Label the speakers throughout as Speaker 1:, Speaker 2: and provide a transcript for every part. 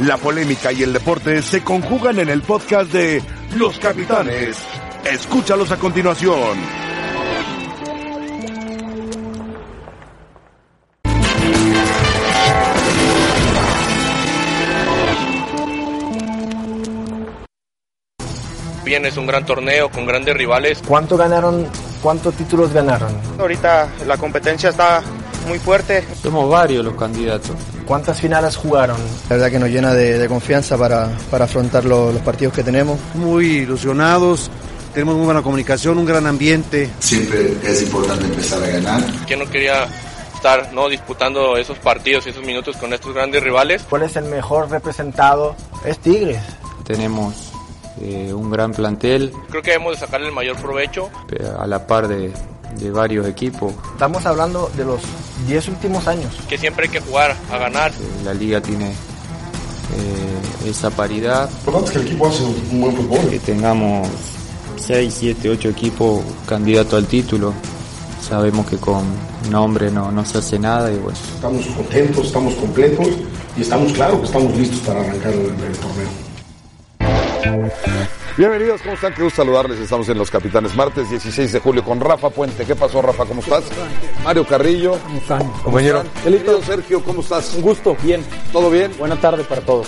Speaker 1: La polémica y el deporte se conjugan en el podcast de Los Capitanes. Escúchalos a continuación.
Speaker 2: Bien, es un gran torneo con grandes rivales.
Speaker 3: ¿Cuánto ganaron? ¿Cuántos títulos ganaron?
Speaker 4: Ahorita la competencia está muy fuerte.
Speaker 5: Somos varios los candidatos.
Speaker 3: ¿Cuántas finales jugaron?
Speaker 6: La verdad que nos llena de, de confianza para, para afrontar lo- los partidos que tenemos.
Speaker 7: Muy ilusionados, tenemos muy buena comunicación, un gran ambiente.
Speaker 8: Siempre es importante empezar a ganar.
Speaker 2: Yo no quería estar no disputando esos partidos y esos minutos con estos grandes rivales.
Speaker 3: ¿Cuál es el mejor representado? Es Tigres.
Speaker 5: Tenemos eh, un gran plantel
Speaker 2: Creo que debemos de sacarle el mayor provecho.
Speaker 5: eh, a la par de, de varios equipos.
Speaker 3: Estamos hablando de los 10 últimos años.
Speaker 2: Que siempre hay que jugar a ganar.
Speaker 5: Eh, La liga tiene eh, esa paridad,
Speaker 9: importante es que el equipo hace un un buen fútbol.
Speaker 5: que tengamos 6, 7, 8 equipos candidatos al título. Sabemos que con nombre no, no se hace nada y bueno,
Speaker 9: Estamos contentos, estamos completos y estamos claros que estamos listos para arrancar el, el torneo.
Speaker 10: Bienvenidos, ¿cómo están? Qué gusto saludarles. Estamos en Los Capitanes, martes 16 de julio con Rafa Puente. ¿Qué pasó, Rafa? ¿Cómo estás? Mario Carrillo. ¿Cómo están? Compañero. Elito Sergio, ¿cómo estás? Un gusto, bien. ¿Todo bien?
Speaker 11: Buena tarde para todos.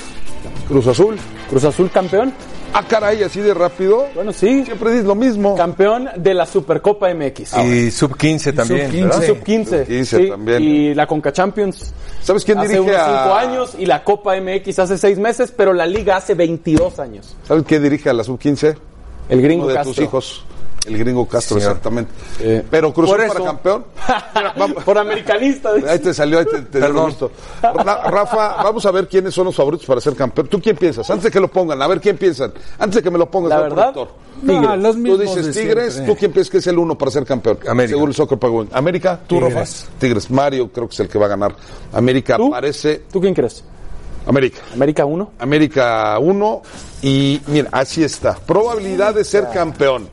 Speaker 10: Cruz Azul.
Speaker 11: Cruz Azul campeón.
Speaker 10: Ah, caray, así de rápido.
Speaker 11: Bueno, sí.
Speaker 10: Siempre dices lo mismo.
Speaker 11: Campeón de la Supercopa MX.
Speaker 12: Y sub 15 también. ¿verdad?
Speaker 11: Sub 15.
Speaker 10: Ah, Sub 15 también.
Speaker 11: Y la Conca Champions.
Speaker 10: ¿Sabes quién
Speaker 11: hace
Speaker 10: dirige
Speaker 11: unos
Speaker 10: a-
Speaker 11: 5 años y la Copa MX hace 6 meses, pero la Liga hace 22 años.
Speaker 10: ¿Sabes qué dirige a la sub-15?
Speaker 11: El gringo
Speaker 10: Uno de
Speaker 11: Castro.
Speaker 10: tus hijos. El gringo Castro,
Speaker 12: Señor.
Speaker 10: exactamente.
Speaker 11: Eh,
Speaker 10: Pero Cruz
Speaker 11: por
Speaker 10: Azul para
Speaker 11: eso.
Speaker 10: campeón. Vamos.
Speaker 11: Por americanista. dice.
Speaker 10: Ahí te salió, ahí te, te dio
Speaker 12: Perdón.
Speaker 10: gusto. Ra- Rafa, vamos a ver quiénes son los favoritos para ser campeón. ¿Tú quién piensas? Antes de que lo pongan, a ver quién piensan. Antes de que me lo pongas,
Speaker 11: La
Speaker 10: señor
Speaker 11: verdad,
Speaker 10: productor.
Speaker 11: Tigres.
Speaker 12: No, los
Speaker 10: Tú
Speaker 12: mismos
Speaker 10: dices
Speaker 12: de
Speaker 10: Tigres,
Speaker 12: siempre.
Speaker 10: ¿tú quién piensas que es el uno para ser campeón?
Speaker 12: América.
Speaker 10: Seguro el soccer pagó. América, tú,
Speaker 12: Tigres.
Speaker 10: Rafa. Tigres, Mario creo que es el que va a ganar. América
Speaker 11: ¿Tú?
Speaker 10: parece.
Speaker 11: ¿Tú quién crees?
Speaker 10: América.
Speaker 11: América 1.
Speaker 10: América 1 y mira, así está. Probabilidad de ser campeón.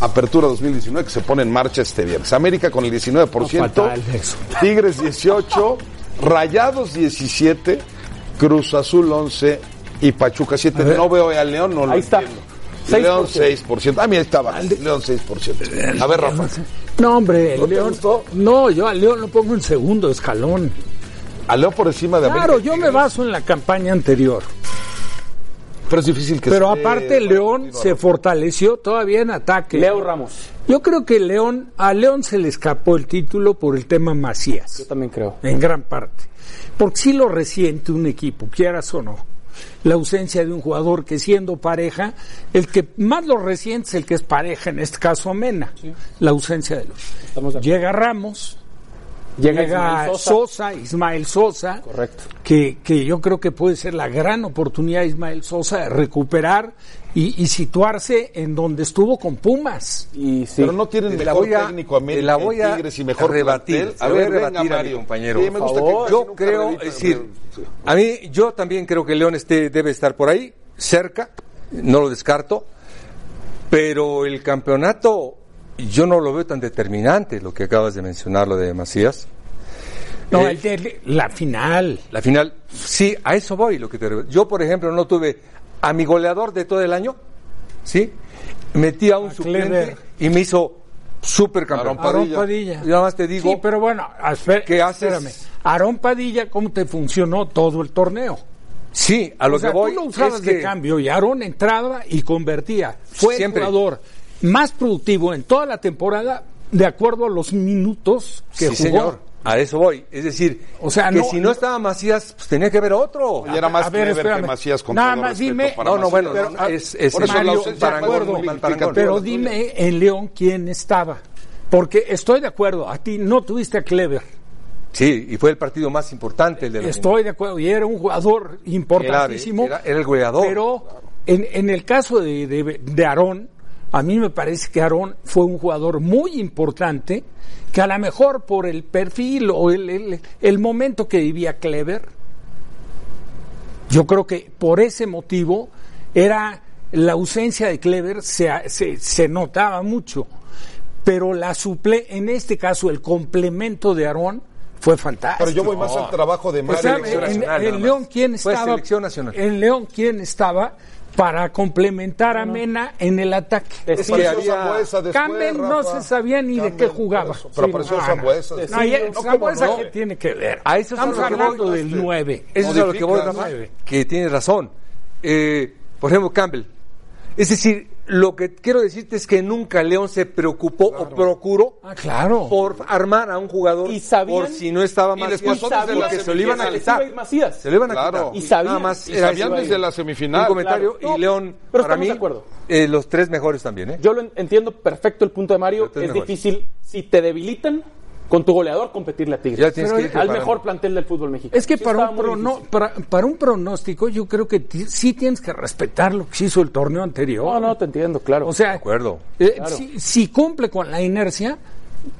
Speaker 10: Apertura 2019 que se pone en marcha este viernes. América con el 19%, Tigres 18, Rayados 17, Cruz Azul 11 y Pachuca 7. No veo al León, no lo
Speaker 11: Ahí está.
Speaker 10: entiendo. Y León 6%. Ah, mira, ahí estaba. León 6%. A ver, Rafa.
Speaker 13: No, hombre, el
Speaker 10: ¿No te
Speaker 13: León.
Speaker 10: gustó?
Speaker 13: No, yo al León lo pongo en segundo escalón.
Speaker 10: A León por encima de América.
Speaker 13: Claro, yo me baso en la campaña anterior.
Speaker 10: Pero es difícil que
Speaker 13: Pero
Speaker 10: esté
Speaker 13: aparte, el León
Speaker 10: Florentino
Speaker 13: se fortaleció todavía en ataque.
Speaker 11: Leo Ramos.
Speaker 13: Yo creo que León, a León se le escapó el título por el tema
Speaker 11: Yo
Speaker 13: Macías,
Speaker 11: también creo.
Speaker 13: en gran parte. Porque sí lo resiente un equipo, quieras o no. La ausencia de un jugador que siendo pareja, el que más lo resiente es el que es pareja, en este caso Mena. La ausencia de los.
Speaker 11: Estamos de acuerdo.
Speaker 13: Llega Ramos,
Speaker 11: Llega,
Speaker 13: llega
Speaker 11: Ismael
Speaker 13: Sosa. Ismael Sosa,
Speaker 11: Correcto.
Speaker 13: que, que yo creo que puede ser la gran oportunidad de Ismael Sosa de recuperar y, y situarse en donde estuvo con Pumas.
Speaker 11: Y sí.
Speaker 10: Pero no tienen
Speaker 12: Te la
Speaker 10: mejor
Speaker 12: voy a-
Speaker 10: técnico América,
Speaker 12: te la voy a
Speaker 10: Tigres y mejor
Speaker 12: rebatir,
Speaker 10: plantel.
Speaker 12: te voy a rebatir a mi compañero,
Speaker 10: Sí,
Speaker 12: por
Speaker 10: me gusta que
Speaker 11: favor.
Speaker 10: que
Speaker 12: Yo
Speaker 10: nunca
Speaker 12: creo, es
Speaker 10: rebate,
Speaker 12: decir, a mí yo también creo que León este, debe estar por ahí, cerca, no lo descarto, pero el campeonato yo no lo veo tan determinante, lo que acabas de mencionar, lo de Macías.
Speaker 13: No,
Speaker 12: Eh,
Speaker 13: el de- la final.
Speaker 12: La final, sí, a eso voy. Lo que te, yo, por ejemplo, no tuve a mi goleador de todo el año, ¿sí? Metí a un suplente
Speaker 13: Clever.
Speaker 12: y me hizo súper campeón.
Speaker 10: Aarón Padilla.
Speaker 12: Yo nada más te digo
Speaker 13: Sí, pero bueno, esper-
Speaker 12: ¿Qué haces?
Speaker 13: espérame. Aarón Padilla, ¿cómo te funcionó todo el torneo?
Speaker 12: Sí, a lo
Speaker 13: o sea,
Speaker 12: que voy
Speaker 13: tú lo usabas
Speaker 12: es
Speaker 13: de
Speaker 12: que
Speaker 13: cambio y Aarón entraba y convertía. Fue
Speaker 12: Siempre.
Speaker 13: el jugador más productivo en toda la temporada de acuerdo a los minutos que
Speaker 12: sí,
Speaker 13: jugó.
Speaker 12: señor, a eso voy. Es decir,
Speaker 13: O sea,
Speaker 12: que
Speaker 13: no-
Speaker 12: si no estaba Macías, pues tenía que haber otro.
Speaker 10: Y era más
Speaker 13: A ver,
Speaker 10: Clever que
Speaker 13: espérame.
Speaker 10: Macías con
Speaker 13: Nada
Speaker 10: todo
Speaker 13: más
Speaker 10: respeto
Speaker 13: dime-
Speaker 10: para
Speaker 12: No, no,
Speaker 10: Macías.
Speaker 12: bueno,
Speaker 13: Pero, ah,
Speaker 12: es, es
Speaker 10: por eso la
Speaker 13: Mario,
Speaker 10: ausencia
Speaker 13: de
Speaker 10: de
Speaker 13: acuerdo,
Speaker 10: Mario Carrillo
Speaker 12: Parangón.
Speaker 10: critica
Speaker 13: Pero dime en León quién estaba. Porque estoy de acuerdo, a ti no tuviste a Clever.
Speaker 12: Sí, y fue el partido más importante el de la
Speaker 13: Estoy de acuerdo, y era un jugador importantísimo.
Speaker 12: Era- era el goleador.
Speaker 13: Pero en, en el caso de, de, de Aarón, a mí me parece que Aarón fue un jugador muy importante, que a lo mejor por el perfil o el, el, el momento que vivía Clever, yo creo que por ese motivo era la ausencia de Clever se, se, se notaba mucho, pero la suple en este caso el complemento de Aarón fue fantástico.
Speaker 8: Pero yo voy más al trabajo de
Speaker 13: O
Speaker 8: Mario.
Speaker 13: sea, en, en León quién
Speaker 8: Fue
Speaker 13: estaba
Speaker 8: selección nacional.
Speaker 13: en León quién estaba para complementar a Mena en el ataque.
Speaker 8: Es que Apareció había- Sambuesa después,
Speaker 13: Campbell no
Speaker 8: Rafa.
Speaker 13: se sabía ni de qué jugaba.
Speaker 8: pero apareció
Speaker 13: no, no.
Speaker 8: Sambuesa
Speaker 13: No,
Speaker 8: después.
Speaker 13: y
Speaker 8: Sí,
Speaker 13: el
Speaker 8: no,
Speaker 13: Sambuesa
Speaker 8: ¿cómo no?
Speaker 13: qué tiene que ver.
Speaker 10: A eso es a
Speaker 13: Estamos
Speaker 10: lo que voy,
Speaker 13: hablando del
Speaker 10: este,
Speaker 13: 9.
Speaker 10: Eso es a lo que voy, Rafa, que tienes razón. Eh, por ejemplo, Campbell. Es decir, lo que quiero decirte es que nunca León se preocupó o procuró
Speaker 13: claro.
Speaker 10: por armar a un jugador
Speaker 14: Ah, Y sabían-
Speaker 10: por si no estaba
Speaker 14: y
Speaker 10: Macías,
Speaker 14: después otros de
Speaker 10: porque
Speaker 14: la
Speaker 10: se lo iban a
Speaker 14: semifinal.
Speaker 13: Ah.
Speaker 14: Les iba a ir
Speaker 10: quitar.
Speaker 14: Macías.
Speaker 10: Se lo iban a
Speaker 14: Claro.
Speaker 10: quitar.
Speaker 14: Y sabían-
Speaker 10: Nada más
Speaker 14: y
Speaker 10: era
Speaker 14: sabían
Speaker 10: eso.
Speaker 14: desde la semifinal.
Speaker 10: Un comentario
Speaker 14: Claro.
Speaker 10: y
Speaker 14: No,
Speaker 10: León,
Speaker 14: pero
Speaker 10: para
Speaker 14: estamos
Speaker 10: mí,
Speaker 14: de acuerdo.
Speaker 10: eh, los tres mejores también. ¿eh?
Speaker 14: Yo lo en- entiendo perfecto el punto de Mario.
Speaker 10: tres
Speaker 14: Es
Speaker 10: mejores.
Speaker 14: difícil, si te debilitan, con tu goleador competirle a Tigres.
Speaker 10: Ya tienes Pero que irte
Speaker 14: al
Speaker 10: parando.
Speaker 14: mejor plantel del fútbol mexicano.
Speaker 13: Es que
Speaker 14: Sí
Speaker 13: para
Speaker 14: estaba
Speaker 13: un,
Speaker 14: muy
Speaker 13: prono-
Speaker 14: difícil.
Speaker 13: para, para un pronóstico yo creo que ti- sí tienes que respetar lo que hizo el torneo anterior. No,
Speaker 14: no, te entiendo, claro.
Speaker 13: O sea,
Speaker 10: De acuerdo.
Speaker 13: eh,
Speaker 10: Claro.
Speaker 13: si, si cumple con la inercia,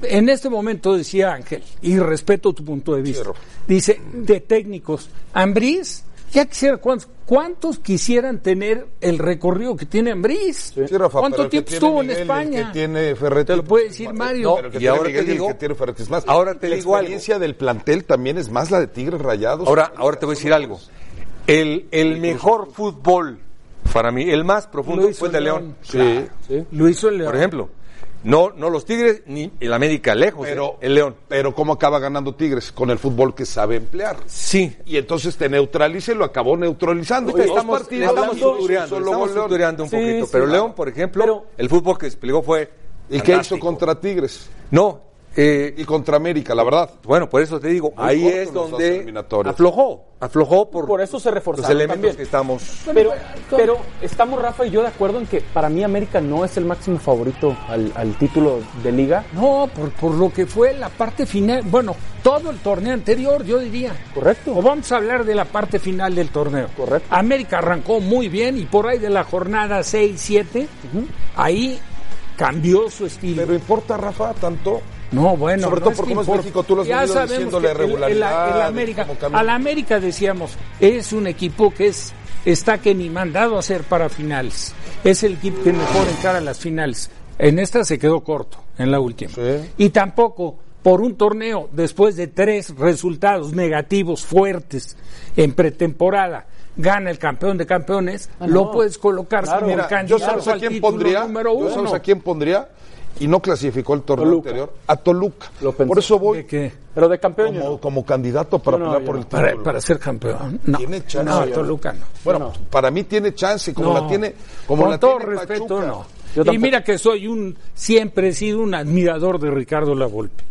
Speaker 13: en este momento decía Ángel, y respeto tu punto de vista, dice, de técnicos, Ambriz, ya quisiera, ¿cuántos, cuántos quisieran tener el recorrido que tiene Ambriz?
Speaker 8: Sí, Rafa, pero
Speaker 13: ¿Cuánto
Speaker 8: el
Speaker 13: tiempo
Speaker 8: que tiene
Speaker 13: estuvo
Speaker 8: Miguel y
Speaker 13: en
Speaker 8: el
Speaker 13: España?
Speaker 8: que tiene Ferretti,
Speaker 13: Te lo puede decir
Speaker 8: pues,
Speaker 13: Mario.
Speaker 8: no,
Speaker 13: Pero el que
Speaker 8: y
Speaker 13: tiene
Speaker 8: ahora
Speaker 13: Miguel
Speaker 8: te
Speaker 13: y el
Speaker 8: digo,
Speaker 13: que tiene
Speaker 8: Ferretti es más.
Speaker 10: ahora te
Speaker 8: la
Speaker 10: digo algo.
Speaker 8: experiencia del plantel también es más la de Tigres Rayados.
Speaker 10: Ahora, ahora te voy a decir algo. El, el mejor fútbol, para mí, el más profundo
Speaker 13: Lo hizo
Speaker 10: fue el de
Speaker 13: León.
Speaker 10: León.
Speaker 13: Claro, Lo hizo el León.
Speaker 10: Por ejemplo, no, no los Tigres ni el América lejos,
Speaker 8: Pero-
Speaker 10: pero, el León.
Speaker 8: Pero cómo acaba ganando Tigres con el fútbol que sabe emplear.
Speaker 10: Sí.
Speaker 8: Y entonces te neutraliza y lo acabó neutralizando.
Speaker 10: Ahorita
Speaker 8: Dos
Speaker 10: estamos,
Speaker 8: partidos,
Speaker 10: estamos
Speaker 8: solo
Speaker 10: futureando,
Speaker 8: gol
Speaker 10: estamos
Speaker 8: León.
Speaker 10: futureando un poquito. pero León, por ejemplo, el fútbol que desplegó fue.
Speaker 8: ¿Y qué hizo
Speaker 10: fantástico.
Speaker 8: contra Tigres?
Speaker 10: No.
Speaker 8: Eh, y contra América, la verdad.
Speaker 10: Bueno, por eso te digo,
Speaker 8: Muy
Speaker 10: ahí
Speaker 8: corto
Speaker 10: es
Speaker 8: los dos
Speaker 10: donde
Speaker 8: eliminatorios.
Speaker 10: aflojó. Aflojó por,
Speaker 14: Por eso se
Speaker 10: los
Speaker 14: reforzaron
Speaker 10: elementos
Speaker 14: también.
Speaker 10: que estamos.
Speaker 14: Pero, pero estamos Rafa y yo de acuerdo en que para mí América no es el máximo favorito al, al título de liga.
Speaker 13: No, por, por lo que fue la parte final, bueno, todo el torneo anterior, yo diría.
Speaker 14: Correcto.
Speaker 13: O vamos a hablar de la parte final del torneo. Correcto. América arrancó muy bien y por ahí de la jornada 6-7, ahí cambió su estilo.
Speaker 8: Pero importa, Rafa, tanto.
Speaker 13: No, bueno,
Speaker 8: Sobre
Speaker 13: no
Speaker 8: todo
Speaker 13: es
Speaker 8: porque
Speaker 13: que
Speaker 8: no es
Speaker 13: importa.
Speaker 8: México, tú lo has
Speaker 13: Ya
Speaker 8: venido
Speaker 13: sabemos
Speaker 8: diciéndole
Speaker 13: que el- el-
Speaker 8: regularidad,
Speaker 13: el América,
Speaker 8: cómo camina.
Speaker 13: al América decíamos, es un equipo que es está que ni mandado a ser para finales. Es el equipo que mejor encara las finales. En esta se quedó corto, en la última. Y tampoco por un torneo después de tres resultados negativos fuertes en pretemporada gana el campeón de campeones,
Speaker 8: Ah,
Speaker 13: lo
Speaker 8: no.
Speaker 13: puedes colocar
Speaker 8: Claro.
Speaker 13: como
Speaker 8: Mira, yo
Speaker 13: candidato
Speaker 8: sabes a
Speaker 13: al
Speaker 8: quién
Speaker 13: título
Speaker 8: pondría,
Speaker 13: número
Speaker 8: yo sabes
Speaker 13: uno.
Speaker 8: a quién pondría y no clasificó el torneo
Speaker 13: Toluca.
Speaker 8: anterior a Toluca. Por eso voy.
Speaker 14: Pero de campeón
Speaker 8: como, como candidato para
Speaker 13: Yo no,
Speaker 8: pelear
Speaker 13: yo
Speaker 8: por
Speaker 13: no.
Speaker 8: el
Speaker 13: Para-
Speaker 8: título.
Speaker 13: para ser campeón. No.
Speaker 8: Tiene chance.
Speaker 13: No, Toluca no.
Speaker 8: Bueno,
Speaker 13: No.
Speaker 8: para mí tiene chance como
Speaker 13: No.
Speaker 8: la tiene como
Speaker 13: Con
Speaker 8: la
Speaker 13: todo
Speaker 8: tiene
Speaker 13: respeto,
Speaker 8: Pachuca.
Speaker 13: no. Y mira que soy un siempre he sido un admirador de Ricardo Lavolpe.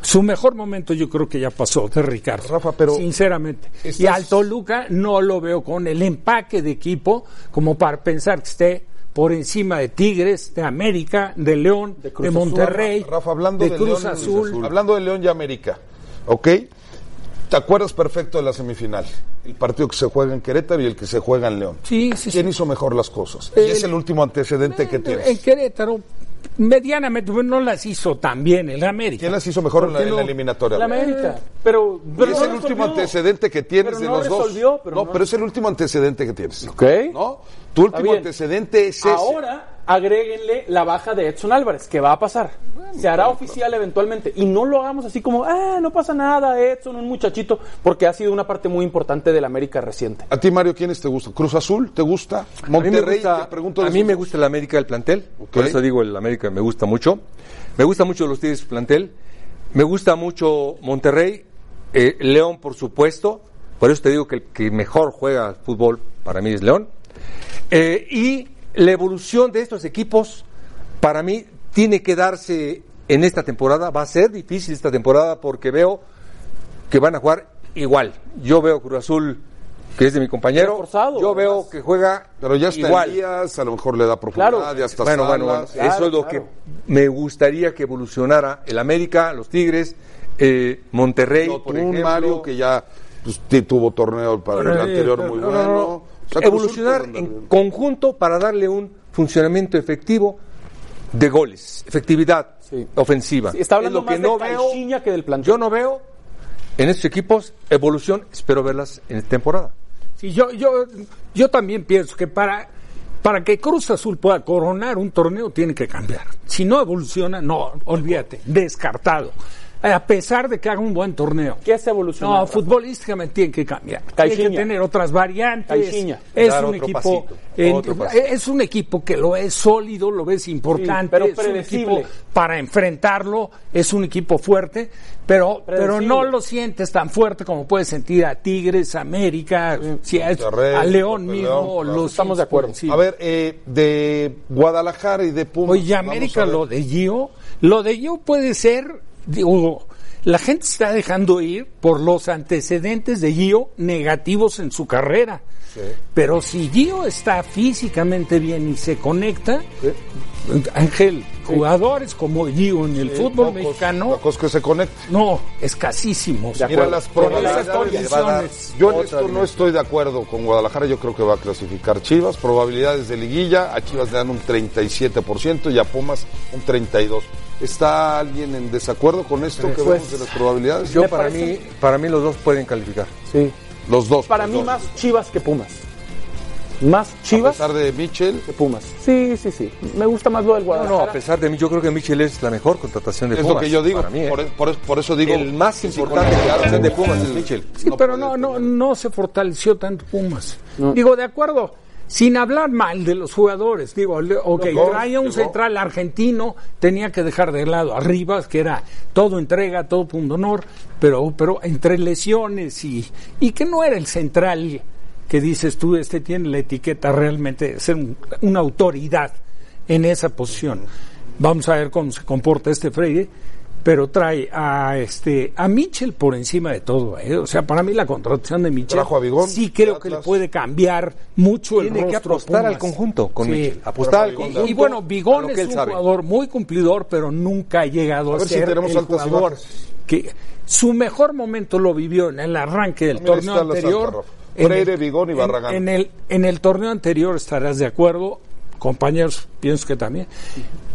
Speaker 13: Su mejor momento yo creo que ya pasó de Ricardo. Rafa, pero sinceramente. Y al Toluca no lo veo con el empaque de equipo como para pensar que esté por encima de Tigres, de América, de León, de,
Speaker 8: Cruz Azul,
Speaker 13: Monterrey,
Speaker 8: Rafa, Rafa, hablando
Speaker 13: de,
Speaker 8: de,
Speaker 13: Cruz
Speaker 8: León,
Speaker 13: Azul.
Speaker 8: hablando de León y América, ¿ok? ¿Te acuerdas perfecto de la semifinal? El partido que se juega en Querétaro y el que se juega en León.
Speaker 13: Sí,
Speaker 8: ¿Quién hizo mejor las cosas?
Speaker 13: El-
Speaker 8: y es el último antecedente que tienes.
Speaker 13: En Querétaro medianamente bueno, no las hizo tan bien el América. ¿Quién
Speaker 8: las hizo mejor en la- en la eliminatoria? La
Speaker 14: América. Eh, Pero, pero
Speaker 8: Y es
Speaker 14: no
Speaker 8: el último
Speaker 14: resolvió.
Speaker 8: antecedente que tienes
Speaker 14: Pero
Speaker 8: de
Speaker 14: no
Speaker 8: los
Speaker 14: resolvió,
Speaker 8: dos.
Speaker 14: pero
Speaker 8: no,
Speaker 14: no-
Speaker 8: pero es el último antecedente que tienes.
Speaker 14: Ok.
Speaker 8: ¿No?
Speaker 14: Está
Speaker 8: Tu último
Speaker 14: bien.
Speaker 8: antecedente es ese.
Speaker 14: Ahora agréguenle la baja de Edson Álvarez, que va a pasar. Se hará oficial eventualmente. Y no lo hagamos así como, ah, no pasa nada, Edson, un muchachito, porque ha sido una parte muy importante del América reciente.
Speaker 8: A ti, Mario, ¿quiénes te gustan? ¿Cruz Azul te gusta? ¿Monterrey?
Speaker 10: a mí me gusta,
Speaker 8: te pregunto
Speaker 10: a
Speaker 8: de
Speaker 10: mí
Speaker 8: esos
Speaker 10: me
Speaker 8: dos.
Speaker 10: gusta el América del plantel. Por eso digo, el América me gusta mucho. Me gusta mucho los Tigres del plantel. Me gusta mucho Monterrey. eh, León, por supuesto. Por eso te digo que el que mejor juega fútbol para mí es León. Eh, y la evolución de estos equipos, para mí, tiene que darse en esta temporada. Va a ser difícil esta temporada porque veo que van a jugar igual. Yo veo Cruz Azul, que es de mi compañero. Yo veo que juega
Speaker 8: Pero ya está
Speaker 10: igual.
Speaker 8: Elías, a lo mejor le da profundidad, ya está
Speaker 10: Bueno, bueno, bueno,
Speaker 8: Salas.
Speaker 10: eso es lo que me gustaría que evolucionara el América, los Tigres, eh, Monterrey,
Speaker 8: Pero
Speaker 10: por
Speaker 8: tú,
Speaker 10: ejemplo.
Speaker 8: Mario, que ya pues, te- tuvo torneo para el
Speaker 10: Pero,
Speaker 8: anterior
Speaker 10: eh,
Speaker 8: muy
Speaker 10: no, no,
Speaker 8: bueno.
Speaker 10: no.
Speaker 8: O sea, Cruz Azul
Speaker 10: Evolucionar
Speaker 8: puede andar
Speaker 10: en
Speaker 8: bien.
Speaker 10: conjunto para darle un funcionamiento efectivo de goles, efectividad ofensiva.
Speaker 14: Sí, está hablando
Speaker 10: Es lo que
Speaker 14: más de
Speaker 10: no veo
Speaker 14: Caixinha que del plantel.
Speaker 10: Yo no veo en estos equipos evolución, espero verlas en esta temporada.
Speaker 13: Sí, yo, yo, yo también pienso que para, para que Cruz Azul pueda coronar un torneo tiene que cambiar. Si no evoluciona, no, olvídate, descartado.
Speaker 10: Eh, a pesar de que haga un buen torneo.
Speaker 13: ¿Qué se evoluciona?
Speaker 10: No, futbolísticamente tiene que cambiar. Tiene que
Speaker 13: Caixinha.
Speaker 10: tener otras variantes.
Speaker 13: Caixinha.
Speaker 10: Es
Speaker 13: Dar
Speaker 10: un
Speaker 13: otro
Speaker 10: equipo
Speaker 13: pasito,
Speaker 10: en-
Speaker 13: otro pasito.
Speaker 10: es un equipo que lo es sólido, lo ves importante,
Speaker 13: Sí, pero
Speaker 10: es un
Speaker 13: predecible.
Speaker 10: equipo para enfrentarlo, es un equipo fuerte, pero pero
Speaker 13: Predecible.
Speaker 10: no lo sientes tan fuerte como puedes sentir a Tigres, América, si a, a León mismo, los estamos de acuerdo.
Speaker 8: A ver, eh, de Guadalajara y de Pumas.
Speaker 10: Oye,
Speaker 8: vamos
Speaker 10: América,
Speaker 8: a ver.
Speaker 10: lo de Gio, lo de Gio puede ser, digo, la gente se está dejando ir por los antecedentes de Gio negativos en su carrera. Pero si Gio está físicamente bien y se conecta, Ángel, jugadores como Gio en el
Speaker 8: Sí,
Speaker 10: fútbol
Speaker 8: pocos-
Speaker 10: mexicano.
Speaker 8: Pocos que se conecten.
Speaker 10: No, escasísimos.
Speaker 8: Mira las probabilidades
Speaker 10: Esas
Speaker 8: que va a dar.
Speaker 10: condiciones.
Speaker 8: Yo en esto no estoy de acuerdo con Guadalajara. Yo creo que va a clasificar Chivas. Probabilidades de liguilla. A Chivas le dan un 37% y a Pumas un 32%. ¿Está alguien en desacuerdo con esto que
Speaker 2: Pues,
Speaker 8: vemos de las probabilidades?
Speaker 2: Yo para mí, para mí los dos pueden calificar.
Speaker 13: Sí.
Speaker 8: Los dos.
Speaker 13: Para mí más Chivas que Pumas. Más Chivas.
Speaker 8: A pesar de Mitchell.
Speaker 13: Que Pumas. Sí, sí, sí. Me gusta más lo del
Speaker 2: No, no,
Speaker 13: Guadalajara.
Speaker 2: a pesar de mí, yo creo que Michel es la mejor contratación de
Speaker 8: Es
Speaker 2: Pumas.
Speaker 8: lo que yo digo.
Speaker 2: para mí, ¿eh?
Speaker 8: por, por- por eso digo.
Speaker 2: El más importante
Speaker 8: con la
Speaker 2: contratación de Pumas es
Speaker 8: Sí.
Speaker 2: Michel.
Speaker 10: Sí, pero no, no, no se fortaleció tanto Pumas. Digo, de acuerdo, sin hablar mal de los jugadores. Digo, le- ok,
Speaker 13: Llegó,
Speaker 10: traía un central argentino, tenía que dejar de lado a Rivas, que era todo entrega, todo punto honor, pero, pero entre lesiones y, y que no era el central que dices tú, este tiene la etiqueta realmente de ser un- una autoridad en esa posición. Vamos a ver cómo se comporta este Freire, pero trae a este a Mitchell por encima de todo. ¿eh? O sea, para mí la contratación de Mitchell
Speaker 2: Trajo a Bigón,
Speaker 10: sí creo que le puede cambiar mucho el
Speaker 2: Tiene que
Speaker 10: rostro a
Speaker 2: apostar
Speaker 10: Pumas.
Speaker 2: al conjunto con Mitchell, apostar
Speaker 10: Trajo a
Speaker 2: al
Speaker 10: Bigón.
Speaker 2: conjunto
Speaker 10: Y bueno,
Speaker 2: a lo
Speaker 10: Bigón
Speaker 2: que
Speaker 10: es
Speaker 2: él
Speaker 10: un
Speaker 2: sabe.
Speaker 10: jugador muy cumplidor, pero nunca ha llegado a,
Speaker 8: A ver si
Speaker 10: ser
Speaker 8: tenemos
Speaker 10: el
Speaker 8: altas y
Speaker 10: jugador
Speaker 8: bajas.
Speaker 10: que su mejor momento lo vivió en el arranque del
Speaker 8: Mira, ahí
Speaker 10: torneo
Speaker 8: están las altas,
Speaker 10: anterior.
Speaker 8: Rafa.
Speaker 10: en el-
Speaker 8: Freire, Bigón y
Speaker 10: en-
Speaker 8: Barragán.
Speaker 10: En el, en el torneo anterior estarás de acuerdo, compañeros, pienso que también.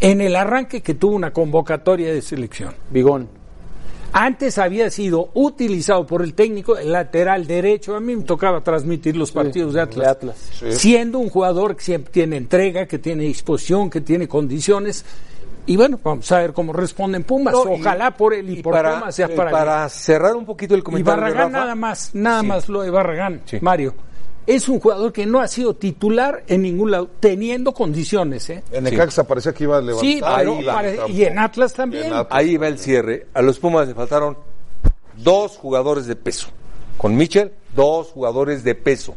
Speaker 10: En el arranque que tuvo una convocatoria de selección.
Speaker 13: Bigón.
Speaker 10: Antes había sido utilizado por el técnico el lateral derecho. A mí me tocaba transmitir los partidos de Atlas. Siendo un jugador que siempre tiene entrega, que tiene disposición, que tiene condiciones. Y bueno, vamos a ver cómo responden Pumas.
Speaker 2: No, y-
Speaker 10: Ojalá por él y, por
Speaker 2: para,
Speaker 10: Pumas sea
Speaker 2: eh,
Speaker 10: para,
Speaker 2: para cerrar un poquito el
Speaker 10: y
Speaker 2: comentario de
Speaker 10: Barragán
Speaker 2: Rafa,
Speaker 10: nada más, nada más lo de Barragán, Mario. Es un jugador que no ha sido titular en ningún lado, teniendo condiciones, ¿eh?
Speaker 8: En Necaxa parecía que iba a levantar.
Speaker 10: Sí, pero
Speaker 2: Ahí va.
Speaker 10: pare- y en Atlas también.
Speaker 2: Ahí va el cierre. A los Pumas le faltaron dos jugadores de peso. Con Mitchell, dos jugadores de peso.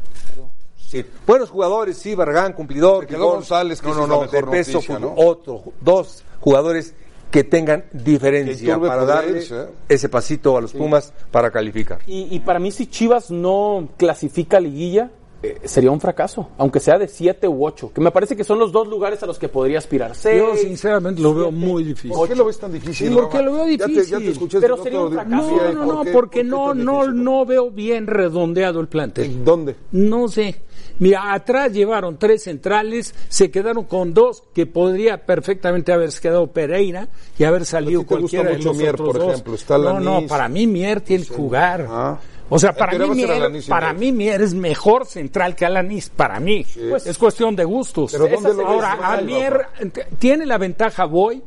Speaker 2: Sí, Buenos jugadores, sí, Barragán, cumplidor.
Speaker 8: quedó
Speaker 2: Bigón.
Speaker 8: González, que
Speaker 2: no,
Speaker 8: esa
Speaker 2: no,
Speaker 8: es la
Speaker 2: no, de
Speaker 8: mejor
Speaker 2: peso.
Speaker 8: noticia, ¿no?
Speaker 2: Otro, dos jugadores que tengan diferencia
Speaker 8: Iturbe
Speaker 2: para
Speaker 8: podría
Speaker 2: darle
Speaker 8: irse, ¿eh?
Speaker 2: ese pasito a los Pumas para calificar.
Speaker 13: Y, y para mí, si Chivas no clasifica a liguilla, eh, sería un fracaso, aunque sea de 7 u 8, que me parece que son los dos lugares a los que podría aspirar. Seis,
Speaker 10: Yo sinceramente lo veo muy difícil.
Speaker 8: ¿Por qué lo ves tan difícil?
Speaker 10: Porque
Speaker 8: Rafa?
Speaker 10: lo veo
Speaker 8: Ya te-
Speaker 10: difícil.
Speaker 8: Ya te, escuché
Speaker 13: Pero
Speaker 8: decir,
Speaker 13: sería un
Speaker 8: "No,
Speaker 13: fracaso".
Speaker 8: no,
Speaker 10: No, no, no,
Speaker 8: ¿por qué?
Speaker 10: porque no, no, no veo bien redondeado el plantel.
Speaker 8: ¿Dónde?
Speaker 10: No sé. Mira, atrás llevaron tres centrales, se quedaron con dos que podría perfectamente haberse quedado Pereira y haber salido
Speaker 8: te gusta
Speaker 10: cualquiera de
Speaker 8: mucho
Speaker 10: los
Speaker 8: Mier,
Speaker 10: otros
Speaker 8: por
Speaker 10: dos.
Speaker 8: ejemplo, está
Speaker 10: no, no,
Speaker 8: Alanis.
Speaker 10: para mí Mier tiene que jugar. O sea,
Speaker 8: El
Speaker 10: para
Speaker 8: que
Speaker 10: mí,
Speaker 8: era va a ser
Speaker 10: Mier,
Speaker 8: Alanis y
Speaker 10: para
Speaker 8: Mier.
Speaker 10: mí Mier es mejor central que Alanis, para mí. Pues, es cuestión de gustos.
Speaker 8: Pero ¿dónde lo ves
Speaker 10: Ahora,
Speaker 8: mal,
Speaker 10: a Mier t- tiene la ventaja Boy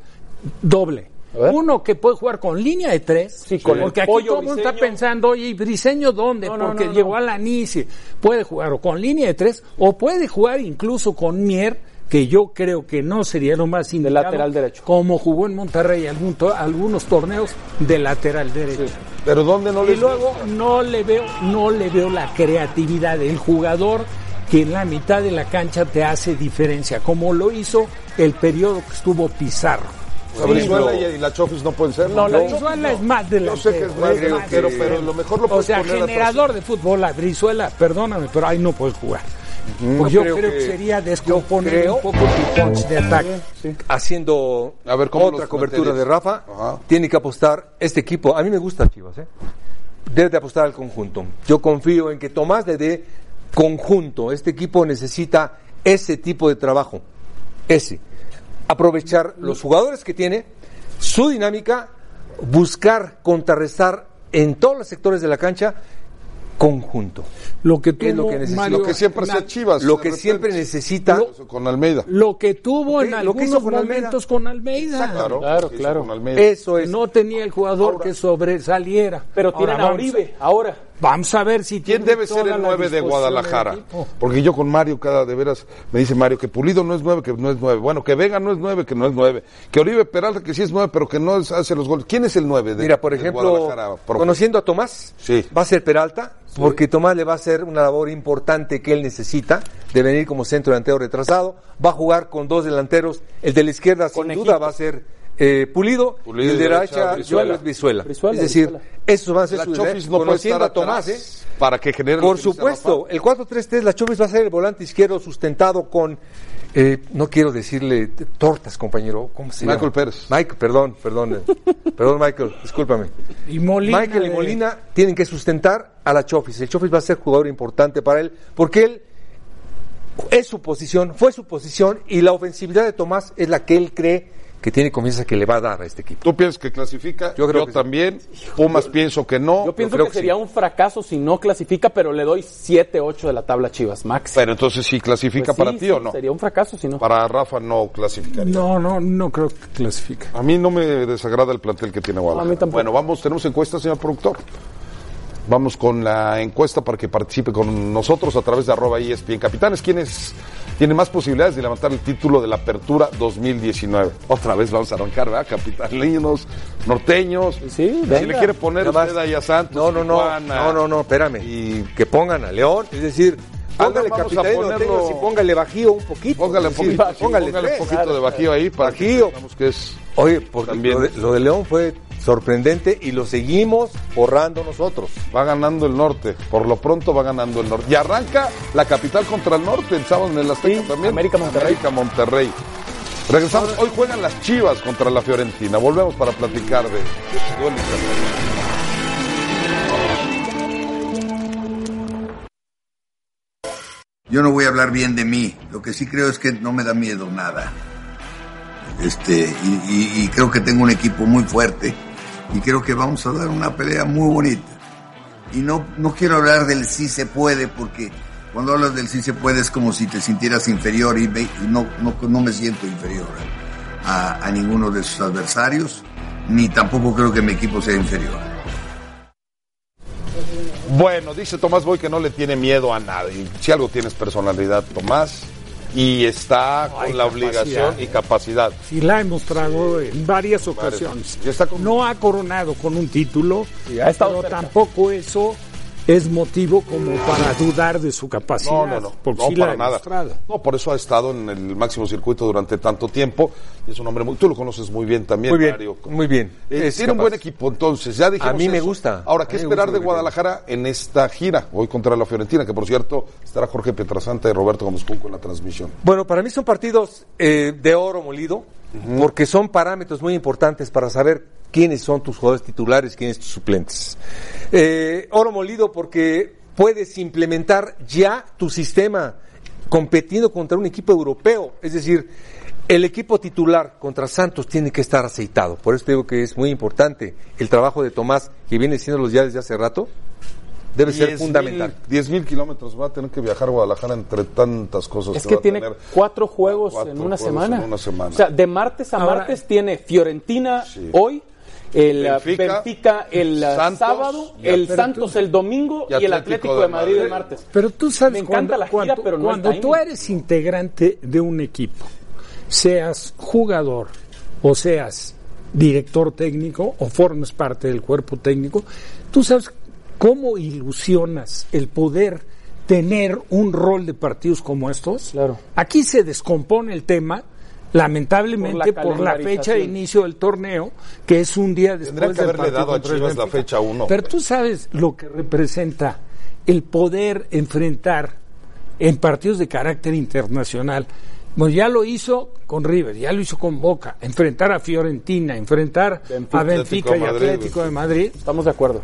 Speaker 10: doble. Uno que puede jugar con línea de tres,
Speaker 13: con
Speaker 10: porque
Speaker 13: el
Speaker 10: aquí
Speaker 13: pollo,
Speaker 10: todo el mundo está
Speaker 13: Briseño.
Speaker 10: pensando, oye, ¿y Briseño dónde?
Speaker 13: no,
Speaker 10: porque
Speaker 13: no, no.
Speaker 10: llegó a la Nice, puede jugar o con línea de tres, o puede jugar incluso con Mier, que yo creo que no sería lo más indicado.
Speaker 13: lateral derecho.
Speaker 10: Como jugó en Monterrey algún to- algunos torneos de lateral derecho.
Speaker 8: Pero ¿dónde no
Speaker 10: Y
Speaker 8: les
Speaker 10: luego no le veo, no le veo la creatividad del jugador que en la mitad de la cancha te hace diferencia, como lo hizo el periodo que estuvo Pizarro.
Speaker 8: La Brizuela y, y la Chofis no pueden ser.
Speaker 10: No, la
Speaker 8: Yo-
Speaker 10: Brizuela es más delantero.
Speaker 8: Yo sé que es más
Speaker 10: es más
Speaker 8: delantero,
Speaker 10: delantero.
Speaker 8: pero lo mejor lo
Speaker 10: O
Speaker 8: puedes
Speaker 10: sea,
Speaker 8: poner atrás.
Speaker 10: generador de fútbol, la Brizuela, perdóname, pero ahí no puede jugar.
Speaker 2: Ujú.
Speaker 10: Pues
Speaker 2: Yo
Speaker 10: yo creo,
Speaker 2: creo
Speaker 10: que,
Speaker 2: que-
Speaker 10: sería descomponer
Speaker 2: creo-
Speaker 10: un poco tu punch de ataque.
Speaker 2: haciendo
Speaker 8: A ver, ¿cómo
Speaker 2: otra
Speaker 8: los
Speaker 2: cobertura
Speaker 8: planteles?
Speaker 2: de Rafa, tiene que apostar este equipo. A mí me gusta Chivas, ¿eh? Debe de apostar al conjunto. Yo confío en que Tomás le dé conjunto. Este equipo necesita ese tipo de trabajo. Ese. Aprovechar los jugadores que tiene, su dinámica, buscar contrarrestar en todos los sectores de la cancha conjunto.
Speaker 10: Lo que tuvo,
Speaker 2: es lo que necesita.
Speaker 10: Mario,
Speaker 8: Lo que siempre
Speaker 10: na-
Speaker 8: hacía Chivas.
Speaker 2: Lo
Speaker 8: de
Speaker 2: que
Speaker 8: repente.
Speaker 2: siempre necesita.
Speaker 8: con Almeida.
Speaker 10: Lo que tuvo en
Speaker 2: lo que
Speaker 10: algunos
Speaker 2: hizo con Almeida.
Speaker 10: momentos con Almeida.
Speaker 8: Claro, claro.
Speaker 10: Eh,
Speaker 2: Eso es.
Speaker 10: No tenía el jugador que sobresaliera.
Speaker 13: Pero tienen
Speaker 10: Ahora
Speaker 13: a
Speaker 10: vamos-
Speaker 13: Uribe ahora.
Speaker 10: Vamos a ver si
Speaker 8: ¿Quién
Speaker 10: tiene
Speaker 8: debe ser
Speaker 10: toda
Speaker 8: el
Speaker 10: la
Speaker 8: 9 de
Speaker 10: disposición
Speaker 8: Guadalajara?
Speaker 10: del equipo.
Speaker 8: Porque yo con Mario cada de veras me dice Mario que Pulido no es 9, que no es 9. Bueno, que Vega no es 9, que no es 9. Que Oribe Peralta que sí es 9, pero que no es- hace los goles. ¿Quién es el 9 de
Speaker 2: Mira, por
Speaker 8: de
Speaker 2: ejemplo,
Speaker 8: Guadalajara? profe?
Speaker 2: conociendo a Tomás,
Speaker 8: Sí.
Speaker 2: va a ser Peralta, porque Tomás le va a hacer una labor importante que él necesita, de venir como centro delantero retrasado, va a jugar con dos delanteros, el de la izquierda sin duda va a ser eh, Pulido,
Speaker 8: Pulido
Speaker 2: el de
Speaker 8: y
Speaker 2: la
Speaker 8: derecha,
Speaker 2: derecha
Speaker 8: Brizuela.
Speaker 2: Joel Brizuela.
Speaker 13: Brizuela,
Speaker 2: Es decir,
Speaker 13: Brizuela.
Speaker 2: esos van a ser
Speaker 8: La
Speaker 2: sus
Speaker 8: Chofis no puede
Speaker 2: conociendo
Speaker 8: estar
Speaker 2: a Tomás, ¿eh?
Speaker 8: atrás para que genere
Speaker 2: Por supuesto, el 4-3-3, la Chubis va a ser el volante izquierdo sustentado con, eh, no quiero decirle t- tortas, compañero, ¿cómo se
Speaker 8: Michael
Speaker 2: llama?
Speaker 8: Pérez.
Speaker 2: Michael, perdón, perdón, eh, perdón Michael, discúlpame.
Speaker 10: Y Molina
Speaker 2: Michael y
Speaker 10: de-
Speaker 2: Molina tienen que sustentar a la Chofis. El Chofis va a ser jugador importante para él, porque él es su posición, fue su posición, y la ofensividad de Tomás es la que él cree que tiene confianza que le va a dar a este equipo.
Speaker 8: ¿Tú piensas que clasifica? Yo,
Speaker 2: Yo creo que sí.
Speaker 8: también. Pumas pienso que no.
Speaker 13: Yo pienso
Speaker 2: creo
Speaker 13: que,
Speaker 2: que sí.
Speaker 13: sería un fracaso si no clasifica, pero le doy 7, 8 de la tabla a Chivas, Max.
Speaker 8: Pero entonces sí clasifica
Speaker 13: Pues
Speaker 8: para
Speaker 13: sí,
Speaker 8: ti
Speaker 13: sí,
Speaker 8: o no.
Speaker 13: Sería un fracaso si no.
Speaker 8: Para Rafa no clasificaría.
Speaker 10: No, no, no creo que clasifica.
Speaker 8: A mí no me desagrada el plantel que tiene Guadalajara.
Speaker 13: A mí tampoco.
Speaker 8: Bueno, vamos, tenemos encuesta, señor productor. Vamos con la encuesta para que participe con nosotros a través de arroba E ESPN Capitanes. ¿Quién es, tiene más posibilidades de levantar el título de la Apertura 2019? Otra vez vamos a arrancar, ¿verdad? Capitalinos, norteños.
Speaker 13: Sí,
Speaker 8: si le
Speaker 13: venga.
Speaker 8: quiere poner
Speaker 2: Nada más.
Speaker 8: usted ahí a Santos,
Speaker 2: No, no, no,
Speaker 8: Tijuana,
Speaker 2: no, no, no, espérame.
Speaker 8: Y
Speaker 2: que pongan a León, es decir, póngale
Speaker 8: vamos a
Speaker 2: capitán
Speaker 8: ponerlo-
Speaker 2: y póngale bajío un poquito.
Speaker 8: Póngale
Speaker 2: es
Speaker 8: un
Speaker 2: decir,
Speaker 8: poquito, sí,
Speaker 2: póngale
Speaker 8: póngale un
Speaker 2: tres.
Speaker 8: poquito de bajío ahí para
Speaker 2: Bajío.
Speaker 8: que sepamos que es...
Speaker 2: Oye, porque
Speaker 8: También.
Speaker 2: lo de, lo de León fue sorprendente y lo seguimos borrando nosotros.
Speaker 8: Va ganando el norte, por lo pronto va ganando el norte. Y arranca la capital contra el norte el sábado en el Azteca
Speaker 13: Sí,
Speaker 8: también.
Speaker 13: América Monterrey.
Speaker 8: América Monterrey. Regresamos, hoy juegan las Chivas contra la Fiorentina. Volvemos para platicar de de este duelo internacional.
Speaker 6: Yo no voy a hablar bien de mí. Lo que sí creo es que no me da miedo nada. Este, y, y- y creo que tengo un equipo muy fuerte. Y creo que vamos a dar una pelea muy bonita. Y no, no quiero hablar del sí se puede, porque cuando hablas del sí se puede es como si te sintieras inferior y, me- y no, no, no me siento inferior a, a ninguno de sus adversarios, ni tampoco creo que mi equipo sea inferior.
Speaker 8: Bueno, dice Tomás Boy que no le tiene miedo a nadie. Si algo tienes personalidad, Tomás, y está
Speaker 10: Ay,
Speaker 8: con la
Speaker 10: capacidad.
Speaker 8: obligación y capacidad.
Speaker 10: Sí, la hemos tragado en varias ocasiones.
Speaker 8: Y está con-
Speaker 10: No ha coronado con un título,
Speaker 13: Sí, ha estado
Speaker 10: pero
Speaker 13: cerca.
Speaker 10: tampoco eso es motivo como para dudar de su capacidad.
Speaker 8: No, no, no.
Speaker 10: porque
Speaker 8: no,
Speaker 10: sí la
Speaker 8: para
Speaker 10: ha
Speaker 8: nada.
Speaker 10: demostrado.
Speaker 8: No, por eso ha estado en el máximo circuito durante tanto tiempo. Y es un hombre muy. Tú lo conoces muy bien también,
Speaker 2: Muy bien,
Speaker 8: Mario.
Speaker 2: muy bien.
Speaker 8: Eh,
Speaker 2: Es
Speaker 8: tiene un
Speaker 2: capaz.
Speaker 8: buen equipo, entonces. Ya dijimos
Speaker 2: A mí me
Speaker 8: eso.
Speaker 2: gusta.
Speaker 8: Ahora,
Speaker 2: A
Speaker 8: ¿qué
Speaker 2: mí me gusta lo
Speaker 8: esperar de
Speaker 2: que tiene.
Speaker 8: Guadalajara en esta gira? Hoy contra la Fiorentina, que por cierto estará Jorge Pietrasanta y Roberto Gómez Junco en la transmisión.
Speaker 2: Bueno, para mí son partidos eh, de oro molido, porque son parámetros muy importantes para saber quiénes son tus jugadores titulares, quiénes tus suplentes. Eh, oro molido porque puedes implementar ya tu sistema competiendo contra un equipo europeo, es decir, el equipo titular contra Santos tiene que estar aceitado. Por eso te digo que es muy importante el trabajo de Tomás, que viene siendo ya desde hace rato, debe ser fundamental.
Speaker 8: 10 mil kilómetros va a tener que viajar Guadalajara entre tantas cosas.
Speaker 13: Es que
Speaker 8: va a
Speaker 13: tiene
Speaker 8: tener.
Speaker 13: cuatro juegos
Speaker 8: Cuatro
Speaker 13: en, una
Speaker 8: juegos
Speaker 13: semana.
Speaker 8: en una semana.
Speaker 13: O sea, de martes a
Speaker 10: Ahora-
Speaker 13: martes tiene Fiorentina
Speaker 8: Sí.
Speaker 13: hoy, el eh,
Speaker 8: Benfica,
Speaker 13: Benfica, el eh,
Speaker 8: Santos,
Speaker 13: sábado,
Speaker 8: y
Speaker 13: el
Speaker 8: Atlético-
Speaker 13: Santos el domingo
Speaker 8: y
Speaker 13: y, el
Speaker 8: Atlético
Speaker 13: Atlético
Speaker 8: de
Speaker 13: de Madrid,
Speaker 8: Madrid.
Speaker 13: el martes.
Speaker 10: Pero tú sabes,
Speaker 13: Me encanta
Speaker 10: cuando,
Speaker 13: la gira,
Speaker 10: cuando-
Speaker 13: pero no
Speaker 10: cuando
Speaker 13: está
Speaker 10: tú
Speaker 13: ahí.
Speaker 10: eres integrante de un equipo, seas jugador o seas director técnico o formes parte del cuerpo técnico, tú sabes cómo ilusionas el poder tener un rol de partidos como estos.
Speaker 13: Claro.
Speaker 10: Aquí se descompone el tema. Lamentablemente por la,
Speaker 13: calendarización.
Speaker 10: fecha de inicio del torneo, que es un día después
Speaker 8: Tendrían que
Speaker 10: del
Speaker 8: haberle
Speaker 10: partido
Speaker 8: dado a
Speaker 10: contra el
Speaker 8: Chivas la
Speaker 10: Benfica.
Speaker 8: fecha 1.
Speaker 10: Pero tú sabes lo que representa el poder enfrentar en partidos de carácter internacional. Bueno, ya lo hizo con River, ya lo hizo con Boca, enfrentar a Fiorentina, enfrentar
Speaker 13: Benfica,
Speaker 10: a Benfica
Speaker 8: Atlético de
Speaker 10: y
Speaker 8: Madrid.
Speaker 10: Atlético de Madrid.
Speaker 13: Estamos de acuerdo.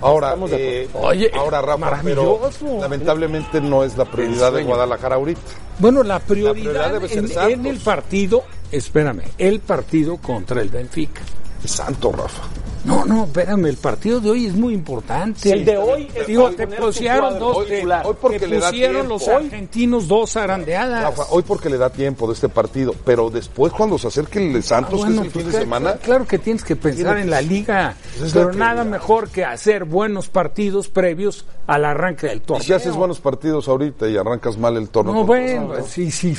Speaker 8: Ahora,
Speaker 13: Estamos de
Speaker 8: eh,
Speaker 10: Oye,
Speaker 8: ahora Rafa, pero
Speaker 10: maravilloso.
Speaker 8: lamentablemente no es la prioridad de
Speaker 2: Ensueño.
Speaker 8: Guadalajara ahorita.
Speaker 10: Bueno, la
Speaker 8: prioridad
Speaker 10: prioridad,
Speaker 8: debe ser
Speaker 10: en-
Speaker 8: Santos.
Speaker 10: en, el partido, espérame, el partido contra el Benfica.
Speaker 8: Santo, Rafa.
Speaker 10: No, no, espérame, el partido de hoy es muy importante.
Speaker 13: El de hoy es
Speaker 10: Digo,
Speaker 13: hoy
Speaker 10: te
Speaker 13: poner tu
Speaker 10: pusieron
Speaker 13: cuadro
Speaker 10: dos.
Speaker 13: titular.
Speaker 10: te-
Speaker 13: Hoy porque
Speaker 10: te
Speaker 8: le da
Speaker 10: pusieron
Speaker 8: tiempo.
Speaker 10: los argentinos dos arandeadas.
Speaker 8: Rafa, hoy porque le da tiempo de este partido, pero después cuando se acerque el de Santos,
Speaker 10: Ah, bueno,
Speaker 8: que es el fin
Speaker 10: pues,
Speaker 8: de
Speaker 10: claro,
Speaker 8: semana.
Speaker 10: Claro que tienes que pensar en la liga,
Speaker 8: Esa es la
Speaker 10: pero nada mejor que hacer buenos partidos previos al arranque del
Speaker 8: Y
Speaker 10: torneo.
Speaker 8: si haces buenos partidos ahorita y arrancas mal el torneo.
Speaker 10: No,
Speaker 8: contra
Speaker 10: bueno,
Speaker 8: Santos.
Speaker 10: sí, sí.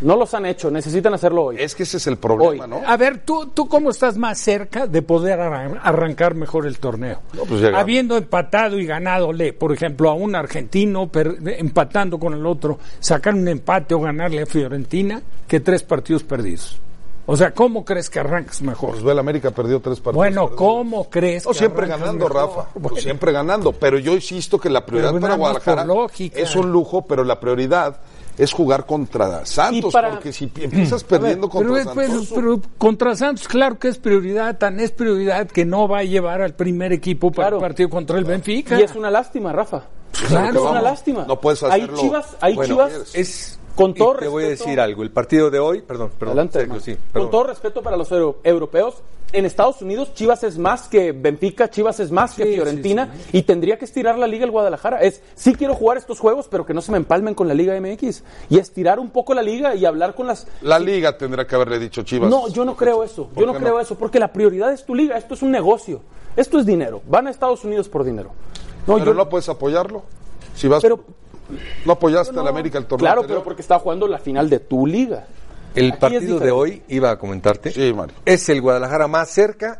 Speaker 13: No los han hecho, necesitan hacerlo hoy.
Speaker 8: Es que ese es el problema, ¿no?
Speaker 10: A ver, ¿tú, ¿tú cómo estás más cerca de poder arran- arrancar mejor el torneo?
Speaker 8: pues ya ganó.
Speaker 10: Habiendo empatado y ganadole, por ejemplo, a un argentino, per- empatando con el otro, sacar un empate o ganarle a Fiorentina, que tres partidos perdidos. O sea, ¿cómo crees que arrancas mejor?
Speaker 8: Pues ve, el América perdió tres partidos.
Speaker 10: Bueno, ¿cómo crees?
Speaker 8: No,
Speaker 10: que
Speaker 8: siempre
Speaker 10: arrancas
Speaker 8: ganando,
Speaker 10: mejor?
Speaker 8: Rafa. Siempre ganando. Pero yo insisto que la prioridad
Speaker 10: Pero
Speaker 8: para
Speaker 10: nada más por
Speaker 8: Guadalajara
Speaker 10: lógica.
Speaker 8: es un lujo, pero la prioridad es jugar contra Santos.
Speaker 10: para-
Speaker 8: Porque si pi- empiezas perdiendo
Speaker 10: A ver,
Speaker 8: contra
Speaker 13: pues,
Speaker 10: pero, pues,
Speaker 8: Santos.
Speaker 10: pero- pero contra Santos, claro que es prioridad, tan es prioridad que no va a llevar al primer equipo para el partido contra el Benfica. Pues
Speaker 13: Y es una lástima, Rafa.
Speaker 10: Claro.
Speaker 13: es una lástima.
Speaker 8: No puedes
Speaker 13: Ahí
Speaker 8: hacerlo.
Speaker 13: Chivas, ahí
Speaker 8: Bueno,
Speaker 13: Chivas,
Speaker 2: es
Speaker 13: con todo
Speaker 2: Y te voy a
Speaker 13: respeto-
Speaker 2: decir algo. El partido de hoy, perdón, perdón. Sergio, Pues sí,
Speaker 13: Con
Speaker 2: perdón.
Speaker 13: todo respeto para los euro- europeos, en Estados Unidos Chivas es más que Benfica, Chivas es más que Fiorentina y tendría que estirar la liga el Guadalajara. Es, sí quiero jugar estos juegos, pero que no se me empalmen con la Liga MX y estirar un poco la liga y hablar con las...
Speaker 8: La liga tendrá que haberle dicho Chivas.
Speaker 13: No, yo no creo eso,
Speaker 8: ¿Por
Speaker 13: yo no
Speaker 8: qué no?
Speaker 13: creo eso, porque la prioridad es tu liga, esto es un negocio, esto es dinero, van a Estados Unidos por dinero. No,
Speaker 8: pero
Speaker 13: yo-
Speaker 8: no puedes apoyarlo. Si vas. no apoyaste al América el torneo.
Speaker 13: Claro,
Speaker 8: anterior.
Speaker 13: pero porque está jugando la final de tu liga.
Speaker 2: El
Speaker 13: Aquí es
Speaker 2: partido de
Speaker 13: diferente.
Speaker 2: hoy, iba a comentarte, es el Guadalajara más cerca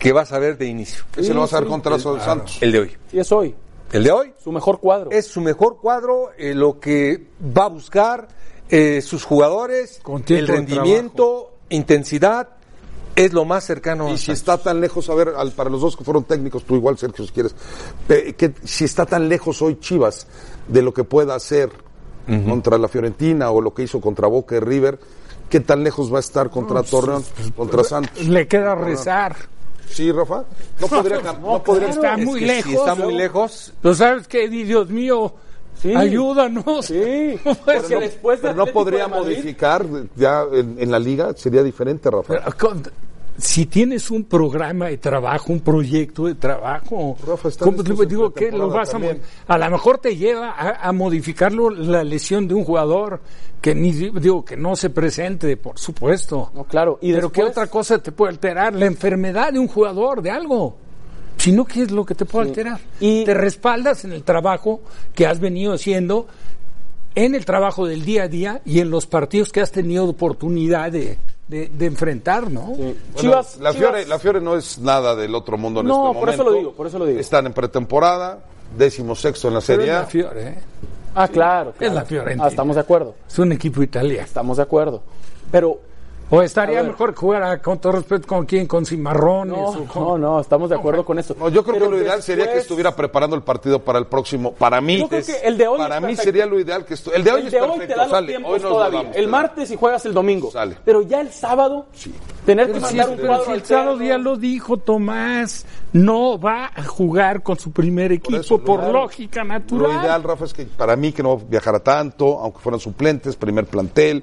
Speaker 2: que vas a ver de inicio.
Speaker 13: Ese Sí, lo vas a ver sí. contra
Speaker 2: El-
Speaker 13: Santos.
Speaker 2: El de hoy.
Speaker 13: Y es hoy.
Speaker 2: El de hoy.
Speaker 13: Su mejor cuadro.
Speaker 2: Es su mejor cuadro, eh, lo que va a buscar eh, sus jugadores, el
Speaker 8: tiempo de
Speaker 2: rendimiento, intensidad, es lo más cercano.
Speaker 8: Y si está tan lejos, a ver, al- para los dos que fueron técnicos, tú igual, Sergio, si quieres, pe- que, si está tan lejos hoy Chivas de lo que pueda hacer contra la Fiorentina o lo que hizo contra Boca y River, ¿qué tan lejos va a estar contra
Speaker 10: No, pues,
Speaker 8: Torreón, contra Santos?
Speaker 10: Le queda rezar.
Speaker 8: Sí, Rafa. No podría, cam- no, podría
Speaker 10: pues, está
Speaker 8: Es
Speaker 10: muy
Speaker 8: que
Speaker 10: lejos.
Speaker 8: si está muy
Speaker 10: ¿no?
Speaker 2: lejos.
Speaker 10: ¿Lo sabes qué? Di, Dios mío, ayúdanos.
Speaker 8: Pero no, pero no podría modificar ya en, en la liga, sería diferente, Rafa.
Speaker 10: Pero con- si tienes un programa de trabajo, un proyecto de trabajo, ¿cómo
Speaker 8: en
Speaker 10: te
Speaker 8: su
Speaker 10: digo que lo
Speaker 8: pretemporada
Speaker 10: vas a, mo-
Speaker 8: también.
Speaker 10: a lo mejor te lleva a, a modificarlo la lesión de un jugador que ni digo que no se presente, por supuesto.
Speaker 13: No, claro. Y
Speaker 10: Pero qué
Speaker 13: después-
Speaker 10: otra cosa te puede alterar la enfermedad de un jugador, de algo. Si no, ¿qué es lo que te puede
Speaker 13: Sí.
Speaker 10: alterar? Te respaldas en el trabajo que has venido haciendo, en el trabajo del día a día y en los partidos que has tenido oportunidad de, de- de enfrentar, ¿no?
Speaker 8: Bueno, la, Fiore, la Fiore no es nada del otro mundo en
Speaker 10: No,
Speaker 8: este momento.
Speaker 10: por eso lo digo, por eso lo digo.
Speaker 8: Están en pretemporada, décimo sexto en la
Speaker 10: Pero
Speaker 8: Serie
Speaker 10: es
Speaker 8: A.
Speaker 10: la Fiore, ¿eh?
Speaker 13: Ah, claro, claro.
Speaker 10: Es la Fiorentina.
Speaker 13: Ah, estamos de acuerdo.
Speaker 10: Es un equipo italiano.
Speaker 13: Estamos de acuerdo. Pero.
Speaker 10: O estaría
Speaker 13: A ver.
Speaker 10: mejor que jugara con todo respeto con quién, con Cimarrones. o con-
Speaker 13: No, no, estamos de acuerdo con eso.
Speaker 8: yo creo
Speaker 13: Pero
Speaker 8: que lo ideal sería que
Speaker 13: después-
Speaker 8: estuviera preparando el partido para el próximo. Para mí,
Speaker 13: Yo creo
Speaker 8: es-
Speaker 13: que el de hoy
Speaker 8: para
Speaker 13: es
Speaker 8: mí
Speaker 13: perfecto.
Speaker 8: sería lo ideal que estu- El de hoy
Speaker 13: El
Speaker 8: es
Speaker 13: de hoy te
Speaker 8: perfecto,
Speaker 13: da los
Speaker 8: sale.
Speaker 13: tiempos
Speaker 8: Hoy nos lo
Speaker 13: todavía.
Speaker 8: damos,
Speaker 13: el
Speaker 8: te-
Speaker 13: martes y juegas el domingo. Pero ya el sábado, tener que
Speaker 10: Pero si,
Speaker 13: mandar un
Speaker 10: pero
Speaker 13: cuadro
Speaker 10: si
Speaker 13: al
Speaker 10: el sábado
Speaker 13: Cerro,
Speaker 10: ya lo dijo Tomás, no va a jugar con su primer equipo por,
Speaker 8: eso, lo ideal-
Speaker 10: lógica
Speaker 8: Lo
Speaker 10: natural.
Speaker 8: ideal, Rafa, es que para mí que no viajara tanto, aunque fueran suplentes, primer plantel.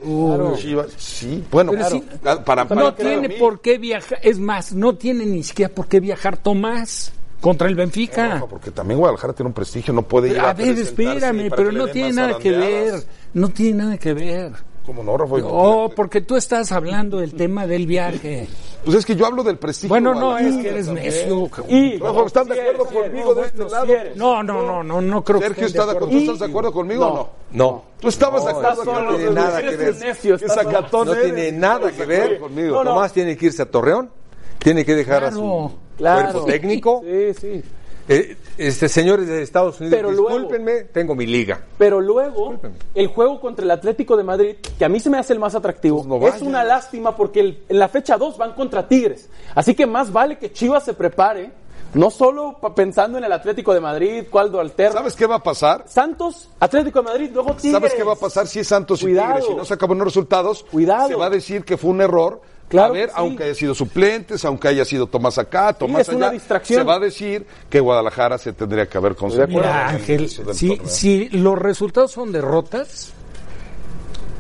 Speaker 8: Chivas, sí, bueno,
Speaker 10: Uh, Pero
Speaker 8: claro.
Speaker 10: sí,
Speaker 8: Para- para,
Speaker 10: no
Speaker 8: para
Speaker 10: tiene por qué viajar, es más, no tiene ni siquiera por qué viajar Tomás contra el Benfica.
Speaker 8: porque también Guadalajara tiene un prestigio, no puede ir
Speaker 10: a ver,
Speaker 8: presentarse
Speaker 10: espérame,
Speaker 8: para
Speaker 10: pero
Speaker 8: que le
Speaker 10: no
Speaker 8: den
Speaker 10: tiene
Speaker 8: más
Speaker 10: nada que ver,
Speaker 8: arandeadas.
Speaker 10: no tiene nada que ver.
Speaker 8: ¿Cómo no, Rafa?
Speaker 10: No, porque tú estás hablando del tema del viaje.
Speaker 8: Pues es que yo hablo del prestigio.
Speaker 10: Bueno, no,
Speaker 8: Guadalajara
Speaker 10: es que eres
Speaker 8: también.
Speaker 10: necio.
Speaker 8: Rafa, ¿están de acuerdo conmigo de este lado?
Speaker 10: No, no, no, no, no creo
Speaker 8: Sergio,
Speaker 10: que estén
Speaker 8: ¿está de acuerdo? ¿Tú
Speaker 10: Y-
Speaker 8: estás de acuerdo conmigo o no?
Speaker 2: No.
Speaker 8: Tú estabas de
Speaker 2: No,
Speaker 8: acuerdo
Speaker 2: eso
Speaker 8: con-
Speaker 2: no tiene nada que ver.
Speaker 8: Qué sacatón
Speaker 2: no
Speaker 8: eres.
Speaker 2: tiene nada que ver
Speaker 8: conmigo.
Speaker 2: conmigo. Tomás tiene que irse a Torreón, tiene que dejar a su cuerpo técnico.
Speaker 13: Sí, sí.
Speaker 2: Eh, este señores de Estados Unidos,
Speaker 13: Pero luego-
Speaker 2: discúlpenme, tengo mi liga.
Speaker 13: Pero
Speaker 10: Oh,
Speaker 13: luego, el juego contra el Atlético de Madrid, que a mí se me hace el más
Speaker 8: Pues
Speaker 13: atractivo, es una lástima porque el- en la fecha 2 van contra Tigres. Así que más vale que Chivas se prepare, no solo pa- pensando en el Atlético de Madrid, Cualdo Alter.
Speaker 8: ¿Sabes qué va a pasar?
Speaker 13: Santos, Atlético de Madrid, luego Tigres.
Speaker 8: ¿Sabes qué va a pasar si es Santos y
Speaker 13: Cuidado.
Speaker 8: Tigres? Si no se acaban los resultados, se va a decir que fue un error. a ver, aunque haya sido suplentes, aunque haya sido Tomás acá, Tomás
Speaker 13: es una
Speaker 8: allá,
Speaker 13: distracción.
Speaker 8: se va a decir que Guadalajara se tendría que haber conseguido.
Speaker 10: Mira, Ángel, si, si los resultados son derrotas,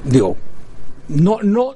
Speaker 10: digo, no, no,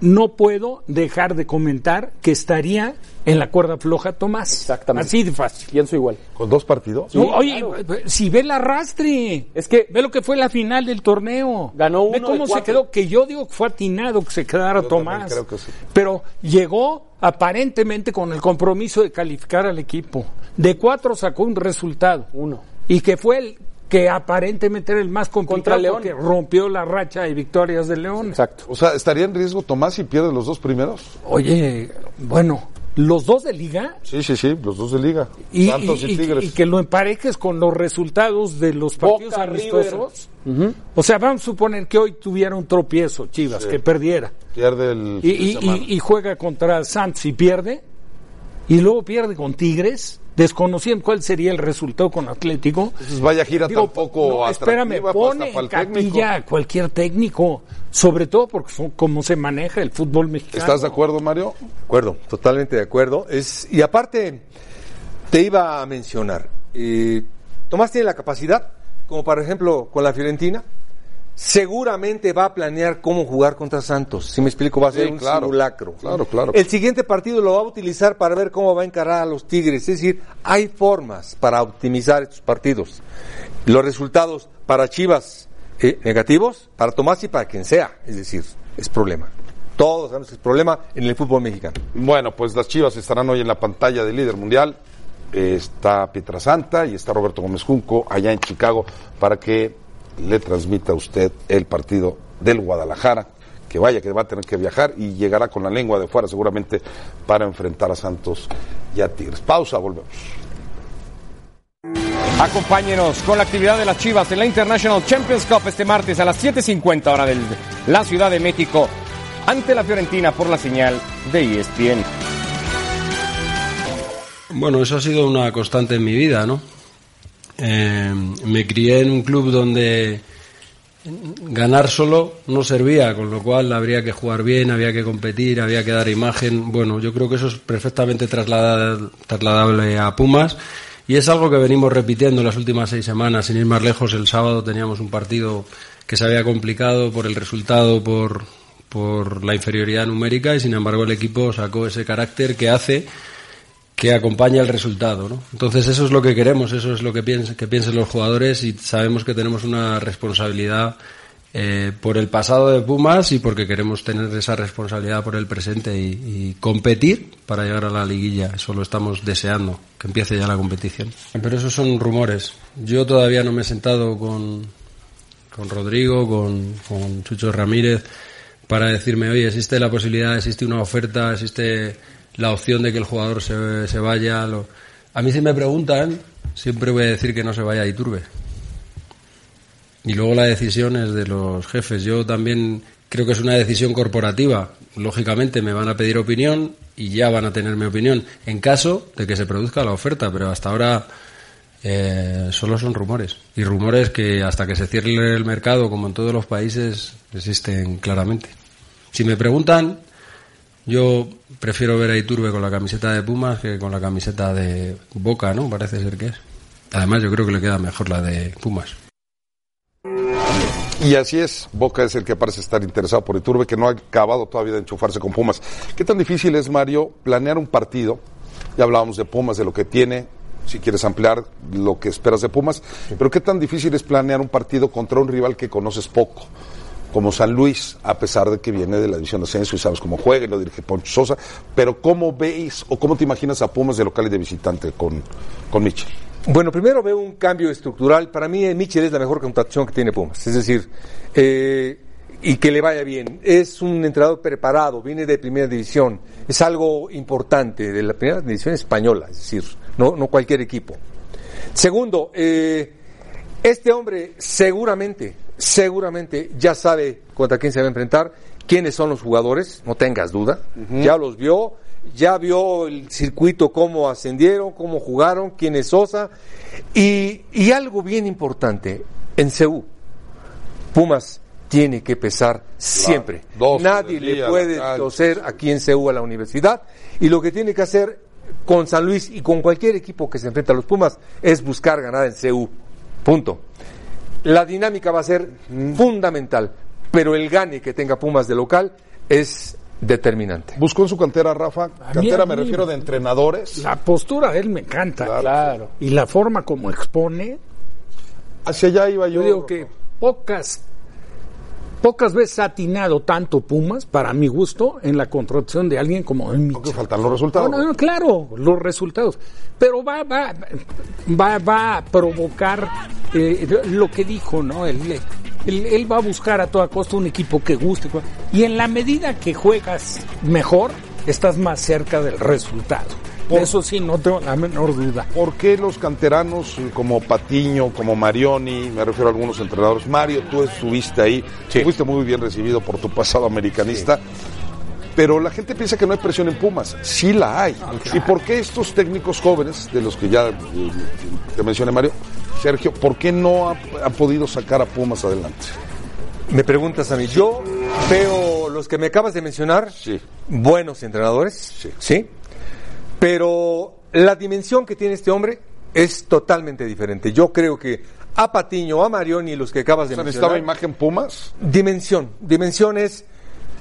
Speaker 10: no puedo dejar de comentar que estaría en la cuerda floja Tomás. Exactamente. Así de fácil.
Speaker 13: Pienso igual.
Speaker 8: ¿Con dos partidos?
Speaker 10: No, oye, pues, si ve el arrastre. Es que. Ve lo que fue la final del torneo. Ganó Ve
Speaker 13: uno
Speaker 10: cómo
Speaker 13: de
Speaker 10: se
Speaker 13: cuatro.
Speaker 10: quedó, que yo digo que fue atinado que se quedara Tomás.
Speaker 8: creo que sí.
Speaker 10: Pero llegó aparentemente con el compromiso de calificar al equipo. De cuatro sacó un resultado. Uno. Y que fue el que aparentemente era el más complicado
Speaker 13: Contra León.
Speaker 10: porque rompió la racha de victorias de León.
Speaker 8: Exacto. O sea, ¿estaría en riesgo Tomás si pierde los dos primeros?
Speaker 10: Oye, bueno, los dos de liga
Speaker 8: Sí, sí, sí, los dos de liga.
Speaker 10: y,
Speaker 8: Santos y,
Speaker 10: y- y-
Speaker 8: Tigres.
Speaker 10: y que lo emparejes con los resultados de los partidos
Speaker 13: Boca,
Speaker 10: amistosos. O sea, vamos a suponer que hoy tuviera un tropiezo Chivas,
Speaker 8: Sí.
Speaker 10: que perdiera.
Speaker 8: Pierde el. fin
Speaker 10: Y,
Speaker 8: de
Speaker 10: y-
Speaker 8: semana.
Speaker 10: y- y juega contra Santos y pierde. Y luego pierde con Tigres, desconociendo cuál sería el resultado con Atlético.
Speaker 8: Entonces, vaya gira
Speaker 10: Digo,
Speaker 8: tampoco
Speaker 10: no, espérame,
Speaker 8: atractiva, pues,
Speaker 10: pone
Speaker 8: hasta para
Speaker 10: en
Speaker 8: el técnico.
Speaker 10: capilla a cualquier técnico, sobre todo porque son como se maneja el fútbol mexicano.
Speaker 8: ¿Estás de acuerdo, Mario?
Speaker 2: De acuerdo, totalmente de acuerdo. Es, y aparte, te iba a mencionar, eh, Tomás tiene la capacidad, como por ejemplo con la Fiorentina, seguramente va a planear cómo jugar contra Santos. Si me explico, va a
Speaker 8: Sí,
Speaker 2: ser un
Speaker 8: claro.
Speaker 2: simulacro.
Speaker 8: Claro, claro.
Speaker 2: El siguiente partido lo va a utilizar para ver cómo va a encarar a los Tigres. Es decir, hay formas para optimizar estos partidos. Los resultados para Chivas eh, negativos, para Tomás y para quien sea. Es decir, es problema. Todos sabemos que es problema en el fútbol mexicano.
Speaker 8: Bueno, pues las Chivas estarán hoy en la pantalla del líder mundial. Eh, Está Pietrasanta y está Roberto Gómez Junco allá en Chicago para que le transmita a usted el partido del Guadalajara. Que vaya, que va a tener que viajar y llegará con la lengua de fuera seguramente para enfrentar a Santos y a Tigres. Pausa, volvemos.
Speaker 15: Acompáñenos con la actividad de las Chivas en la International Champions Cup este martes a las 7.50 hora de la Ciudad de México ante la Fiorentina por la señal de ESPN.
Speaker 16: Bueno, eso ha sido una constante en mi vida, ¿no? Eh, me crié en un club donde ganar solo no servía, con lo cual habría que jugar bien, había que competir, había que dar imagen. Bueno, yo creo que eso es perfectamente trasladad- trasladable a Pumas y es algo que venimos repitiendo las últimas seis semanas. Sin ir más lejos, el sábado teníamos un partido que se había complicado por el resultado, por, por la inferioridad numérica y sin embargo el equipo sacó ese carácter que hace que acompaña el resultado, ¿no? Entonces eso es lo que queremos, eso es lo que piensen, que piensen los jugadores y sabemos que tenemos una responsabilidad eh, por el pasado de Pumas y porque queremos tener esa responsabilidad por el presente y, y competir para llegar a la liguilla. Eso lo estamos deseando, que empiece ya la competición. Pero esos son rumores. Yo todavía no me he sentado con, con Rodrigo, con, con Chucho Ramírez, para decirme, oye, existe la posibilidad, existe una oferta, existe la opción de que el jugador se, se vaya. lo- A mí si me preguntan, siempre voy a decir que no se vaya a Iturbe. Y luego la decisión es de los jefes. Yo también creo que es una decisión corporativa. Lógicamente me van a pedir opinión y ya van a tener mi opinión en caso de que se produzca la oferta, pero hasta ahora eh, solo son rumores. Y rumores que hasta que se cierre el mercado, como en todos los países, existen claramente. Si me preguntan, yo prefiero ver a Iturbe con la camiseta de Pumas que con la camiseta de Boca, ¿no? Parece ser que es. Además, yo creo que le queda mejor la de Pumas.
Speaker 8: Y así es, Boca es el que parece estar interesado por Iturbe, que no ha acabado todavía de enchufarse con Pumas. ¿Qué tan difícil es, Mario, planear un partido? Ya hablábamos de Pumas, de lo que tiene, si quieres ampliar lo que esperas de Pumas, pero ¿qué tan difícil es planear un partido contra un rival que conoces poco? Como San Luis, a pesar de que viene de la división de ascenso y sabes cómo juega y lo dirige Poncho Sosa, pero ¿cómo veis o cómo te imaginas a Pumas de local y de visitante con, con Michel?
Speaker 2: Bueno, primero veo un cambio estructural. Para mí, eh, Mitchell es la mejor contratación que tiene Pumas. Es decir, eh, y que le vaya bien. Es un entrenador preparado, viene de primera división. Es algo importante de la primera división española, es decir, no, no cualquier equipo. Segundo, eh, este hombre seguramente, seguramente ya sabe contra quién se va a enfrentar, quiénes son los jugadores, no tengas duda. Ya los vio, ya vio el circuito, cómo ascendieron, cómo jugaron, quién es Sosa. Y, y algo bien importante, en Seúl, Pumas tiene que pesar siempre.
Speaker 8: doce
Speaker 2: Nadie
Speaker 8: del
Speaker 2: le
Speaker 8: día,
Speaker 2: puede
Speaker 8: la cancha,
Speaker 2: toser aquí en CEU a la universidad. Y lo que tiene que hacer con San Luis y con cualquier equipo que se enfrenta a los Pumas es buscar ganar en CEU. Punto. La dinámica va a ser fundamental, pero el gane que tenga Pumas de local es determinante.
Speaker 8: Buscó en su cantera, Rafa. Cantera me refiero de entrenadores.
Speaker 10: La postura de él me encanta. Y la forma como expone.
Speaker 8: Hacia allá iba yo.
Speaker 10: Yo digo que pocas pocas veces ha atinado tanto Pumas, para mi gusto, en la contratación de alguien como Aunque
Speaker 8: faltan los resultados.
Speaker 10: No, no, no, claro, los resultados. Pero va, va, va, va a provocar eh, lo que dijo, ¿no? Él, él, él va a buscar a toda costa un equipo que guste. Y en la medida que juegas mejor, estás más cerca del resultado.
Speaker 8: Por-
Speaker 10: Eso sí, no tengo la menor duda.
Speaker 8: ¿Por qué los canteranos eh, como Patiño, como Marioni, me refiero a algunos entrenadores? Mario, tú estuviste ahí, fuiste muy bien recibido por tu pasado americanista. Pero la gente piensa que no hay presión en Pumas. Sí la hay.
Speaker 2: Ah,
Speaker 8: ¿Y por qué estos técnicos jóvenes, de los que ya eh, te mencioné, Mario, Sergio, por qué no ha- han podido sacar a Pumas adelante?
Speaker 2: Me preguntas a mí. Yo veo los que me acabas de mencionar, buenos entrenadores, sí. Pero la dimensión que tiene este hombre es totalmente diferente. Yo creo que a Patiño, a Marioni, los que acabas de
Speaker 8: O sea,
Speaker 2: mencionar.
Speaker 8: ¿Necesitaba imagen Pumas?
Speaker 2: Dimensión. Dimensión es,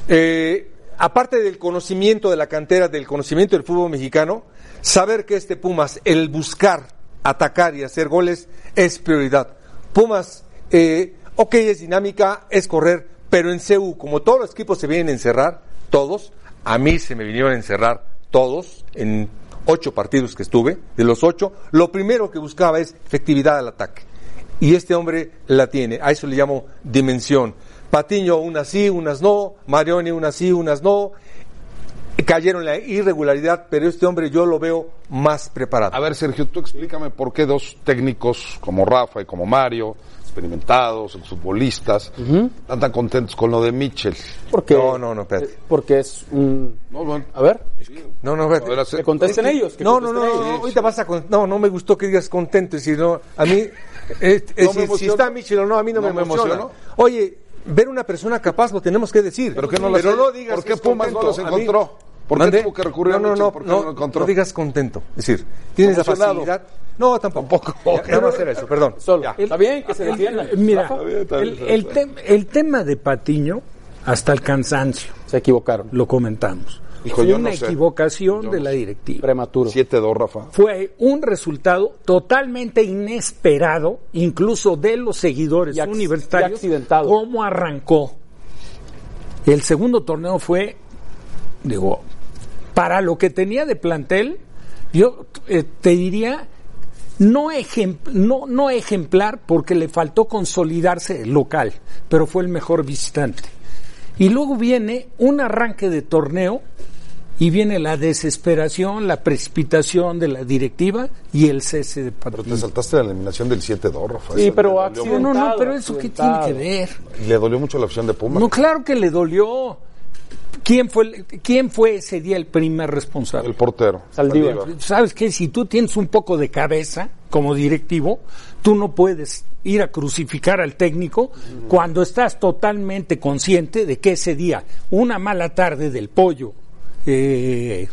Speaker 2: eh, aparte del conocimiento de la cantera, del conocimiento del fútbol mexicano, saber que este Pumas, el buscar, atacar y hacer goles, es prioridad. Pumas, eh, ok, es dinámica, es correr, pero en CU, como todos los equipos se vienen a encerrar, todos, a mí se me vinieron a encerrar todos en ocho partidos que estuve, de los ocho, lo primero que buscaba es efectividad al ataque. Y este hombre la tiene. A eso le llamo dimensión. Patiño, unas sí, unas no. Marioni, unas sí, unas no. Cayeron en la irregularidad, pero este hombre yo lo veo más preparado.
Speaker 8: A ver, Sergio, tú explícame por qué dos técnicos como Rafa y como Mario, experimentados, futbolistas, están tan contentos con lo de Mitchell.
Speaker 13: Porque,
Speaker 2: no, no, no, espérate.
Speaker 13: Porque es un. A ver.
Speaker 2: No, no, espérate.
Speaker 13: Que contesten ellos. que
Speaker 2: No, no, no,
Speaker 13: contesten
Speaker 2: no,
Speaker 13: ellos.
Speaker 2: ahorita vas a... con- No, no me gustó que digas contento. Es decir, no, a mí, eh, eh, si-
Speaker 8: No me
Speaker 2: si,
Speaker 8: emociono.
Speaker 2: está Michel o no, a mí no,
Speaker 8: No
Speaker 2: me,
Speaker 8: me
Speaker 2: emociona.
Speaker 8: emociono.
Speaker 2: Oye, ver una persona capaz lo tenemos que decir. Pero,
Speaker 8: que no las-
Speaker 2: digas
Speaker 8: ¿Por
Speaker 2: que
Speaker 8: qué
Speaker 2: es
Speaker 8: Pumas no
Speaker 2: contento.
Speaker 8: los
Speaker 2: A mí-
Speaker 8: encontró? ¿Por qué
Speaker 2: ¿Mande?
Speaker 8: tuvo que recurrir a
Speaker 2: no, no,
Speaker 8: Michel?
Speaker 2: no,
Speaker 8: ¿Por qué
Speaker 2: no,
Speaker 8: no lo encontró?
Speaker 2: No digas contento. Es decir, tienes la
Speaker 8: Emocionado.
Speaker 2: facilidad. No, tampoco. Ya, no va a hacer eso, perdón. Ya.
Speaker 13: Está bien que se defiendan.
Speaker 10: Eh, Mira,
Speaker 13: Rafa.
Speaker 10: el, el tem- el tema de Patiño, hasta el cansancio.
Speaker 13: Se equivocaron.
Speaker 10: Lo comentamos.
Speaker 8: Hijo,
Speaker 10: Fue
Speaker 8: yo
Speaker 10: una
Speaker 8: no sé.
Speaker 10: equivocación
Speaker 8: Yo
Speaker 10: de
Speaker 8: no
Speaker 10: la
Speaker 8: sé.
Speaker 10: directiva.
Speaker 13: Prematuro.
Speaker 8: 7-2, Rafa.
Speaker 10: Fue un resultado totalmente inesperado, incluso de los seguidores
Speaker 13: Y ac- y
Speaker 10: universitarios, cómo arrancó. El segundo torneo fue, digo, para lo que tenía de plantel, yo eh, te diría no, ejem- no, no ejemplar porque le faltó consolidarse el local, pero fue el mejor visitante. Y luego viene un arranque de torneo y viene la desesperación, la precipitación de la directiva y el cese de
Speaker 8: Te
Speaker 10: partido.
Speaker 8: saltaste la eliminación del 7-2, Rafa.
Speaker 10: Sí,
Speaker 8: Eso
Speaker 10: pero
Speaker 8: le dolió
Speaker 10: accidentado,
Speaker 8: mucho.
Speaker 10: No, no, pero eso qué tiene que ver.
Speaker 8: Le dolió mucho la opción de Pumas.
Speaker 10: No, claro que le dolió. ¿Quién fue, el- ¿Quién fue ese día el primer responsable?
Speaker 8: El portero.
Speaker 10: ¿Sabes qué? Si tú tienes un poco de cabeza como directivo, tú no puedes ir a crucificar al técnico cuando estás totalmente consciente de que ese día, una mala tarde del pollo, eh,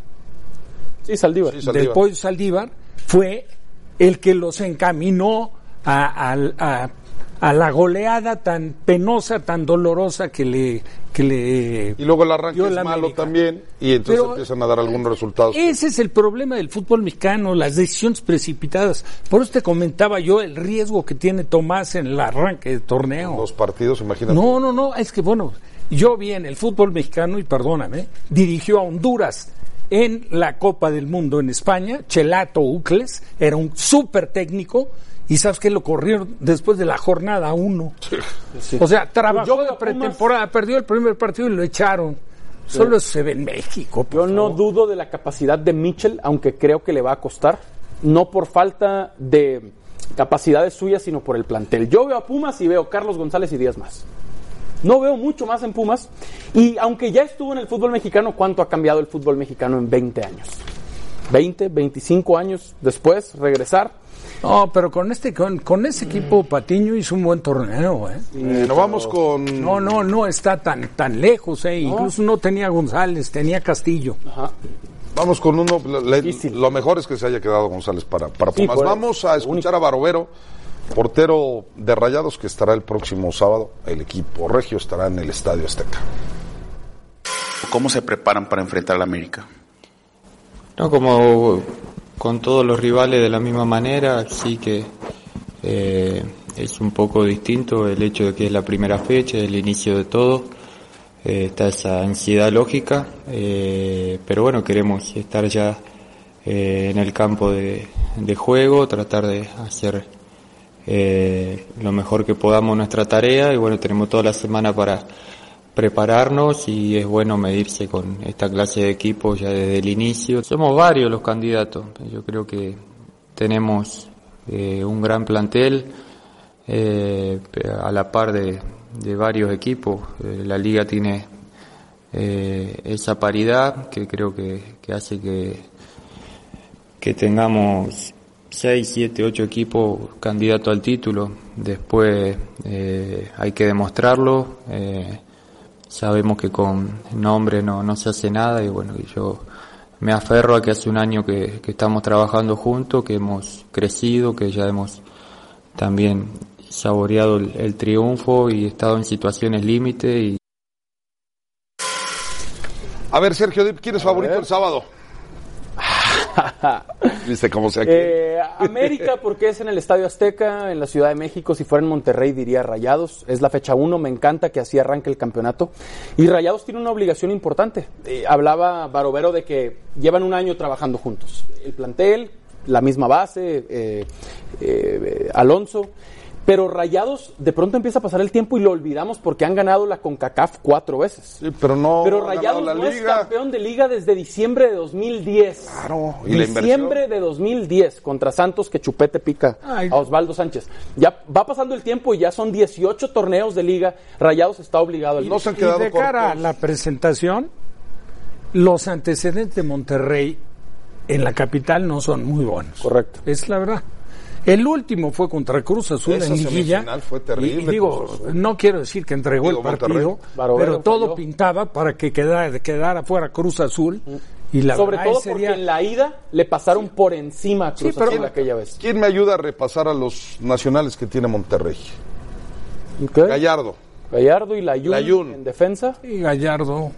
Speaker 13: Sí, Saldívar.
Speaker 10: del pollo Saldívar, fue el que los encaminó a, al- a- a la goleada tan penosa, tan dolorosa que le... Que le
Speaker 8: Y luego el arranque
Speaker 10: dio
Speaker 8: es
Speaker 10: la
Speaker 8: malo
Speaker 10: América.
Speaker 8: también y entonces
Speaker 10: Pero-
Speaker 8: empiezan a dar algunos resultados.
Speaker 13: eh,
Speaker 10: Ese es el problema del fútbol mexicano, las decisiones precipitadas. Por eso te comentaba yo el riesgo que tiene Tomás en el arranque de torneo.
Speaker 8: Los partidos, imagínate.
Speaker 10: No, no, no, es que bueno, yo vi en el fútbol mexicano, y perdóname, dirigió a Honduras en la Copa del Mundo en España, Chelato Ucles, era un súper técnico, y sabes que lo corrieron después de la jornada uno. O sea, trabajó de pretemporada, perdió el primer partido y lo echaron. Solo eso se ve en México.
Speaker 13: Yo no dudo de la capacidad de Mitchell, aunque creo que le va a costar. No por falta de capacidades suyas, sino por el plantel. Yo veo a Pumas y veo a Carlos González y Díaz más. No veo mucho más en Pumas. Y aunque ya estuvo en el fútbol mexicano, ¿cuánto ha cambiado el fútbol mexicano en 20 años? 20, 25 años después, regresar.
Speaker 10: No, pero con este, con, con ese equipo Patiño hizo un buen torneo, ¿eh?
Speaker 8: Eh, nos vamos con...
Speaker 10: No, no, no está tan, tan lejos, ¿eh? Incluso no tenía González, tenía Castillo.
Speaker 8: Vamos con uno. le- lo mejor es que se haya quedado González para, para
Speaker 10: Sí,
Speaker 8: Pumas.
Speaker 10: por-
Speaker 8: Vamos a escuchar a Barovero, portero de Rayados, que estará el próximo sábado. El equipo regio estará en el Estadio Azteca.
Speaker 17: ¿Cómo se preparan para enfrentar al América?
Speaker 5: No, como con todos los rivales de la misma manera, sí que eh, es un poco distinto el hecho de que es la primera fecha, el inicio de todo. Eh, está esa ansiedad lógica, eh, pero bueno, queremos estar ya eh, en el campo de, de juego, tratar de hacer eh, lo mejor que podamos nuestra tarea y bueno, tenemos toda la semana para prepararnos y es bueno medirse con esta clase de equipos ya desde el inicio. Somos varios los candidatos, yo creo que tenemos eh, un gran plantel eh, a la par de, de varios equipos. Eh, la liga tiene eh, esa paridad que creo que, que hace que, que tengamos 6, 7, 8 equipos candidatos al título. Después eh, hay que demostrarlo. Eh, sabemos que con nombre no, no se hace nada y bueno, y yo me aferro a que hace un año que, que estamos trabajando juntos, que hemos crecido, que ya hemos también saboreado el, el triunfo y estado en situaciones límite y
Speaker 8: A ver, Sergio Dip, ¿quién es favorito el sábado? Viste cómo se aquí.
Speaker 13: Eh, América, porque es en el Estadio Azteca, en la Ciudad de México. Si fuera en Monterrey, diría Rayados. Es la fecha 1. Me encanta que así arranque el campeonato. Y Rayados tiene una obligación importante. Eh, hablaba Barovero de que llevan un año trabajando juntos. El plantel, la misma base, eh, eh, Alonso. Pero Rayados, de pronto empieza a pasar el tiempo y lo olvidamos porque han ganado la CONCACAF cuatro veces.
Speaker 8: pero no.
Speaker 13: Pero
Speaker 8: ha ganado
Speaker 13: Rayados
Speaker 8: la
Speaker 13: no es
Speaker 8: liga.
Speaker 13: campeón de liga desde diciembre de 2010. Claro,
Speaker 8: ¿y la inversión?
Speaker 13: diciembre de 2010 contra Santos que chupete pica
Speaker 10: Ay.
Speaker 13: a Osvaldo Sánchez. Ya va pasando el tiempo y ya son 18 torneos de liga. Rayados está obligado al
Speaker 10: Y de cara a la presentación, los antecedentes de Monterrey en la capital no son muy buenos.
Speaker 13: Correcto.
Speaker 10: Es la verdad. El último fue contra Cruz Azul
Speaker 8: Esa
Speaker 10: en Liguilla.
Speaker 8: semifinal fue terrible,
Speaker 10: Y- y digo,
Speaker 8: Cruz Azul.
Speaker 10: no quiero decir que entregó
Speaker 8: Digo,
Speaker 10: el partido,
Speaker 8: Monterrey.
Speaker 10: pero
Speaker 8: Barovero
Speaker 10: todo
Speaker 8: falló.
Speaker 10: pintaba para que quedara, quedara fuera Cruz Azul. Y la
Speaker 13: Mm. Sobre
Speaker 10: verdad,
Speaker 13: todo
Speaker 10: ese
Speaker 13: porque
Speaker 10: día-
Speaker 13: en la ida le pasaron por encima a Cruz
Speaker 8: Sí, pero-
Speaker 13: Azul aquella vez.
Speaker 8: ¿Quién me ayuda a repasar a los nacionales que tiene Monterrey?
Speaker 13: ¿Eh?
Speaker 8: Gallardo.
Speaker 13: Gallardo y Layun,
Speaker 8: Layún.
Speaker 13: en defensa.
Speaker 10: Y Gallardo.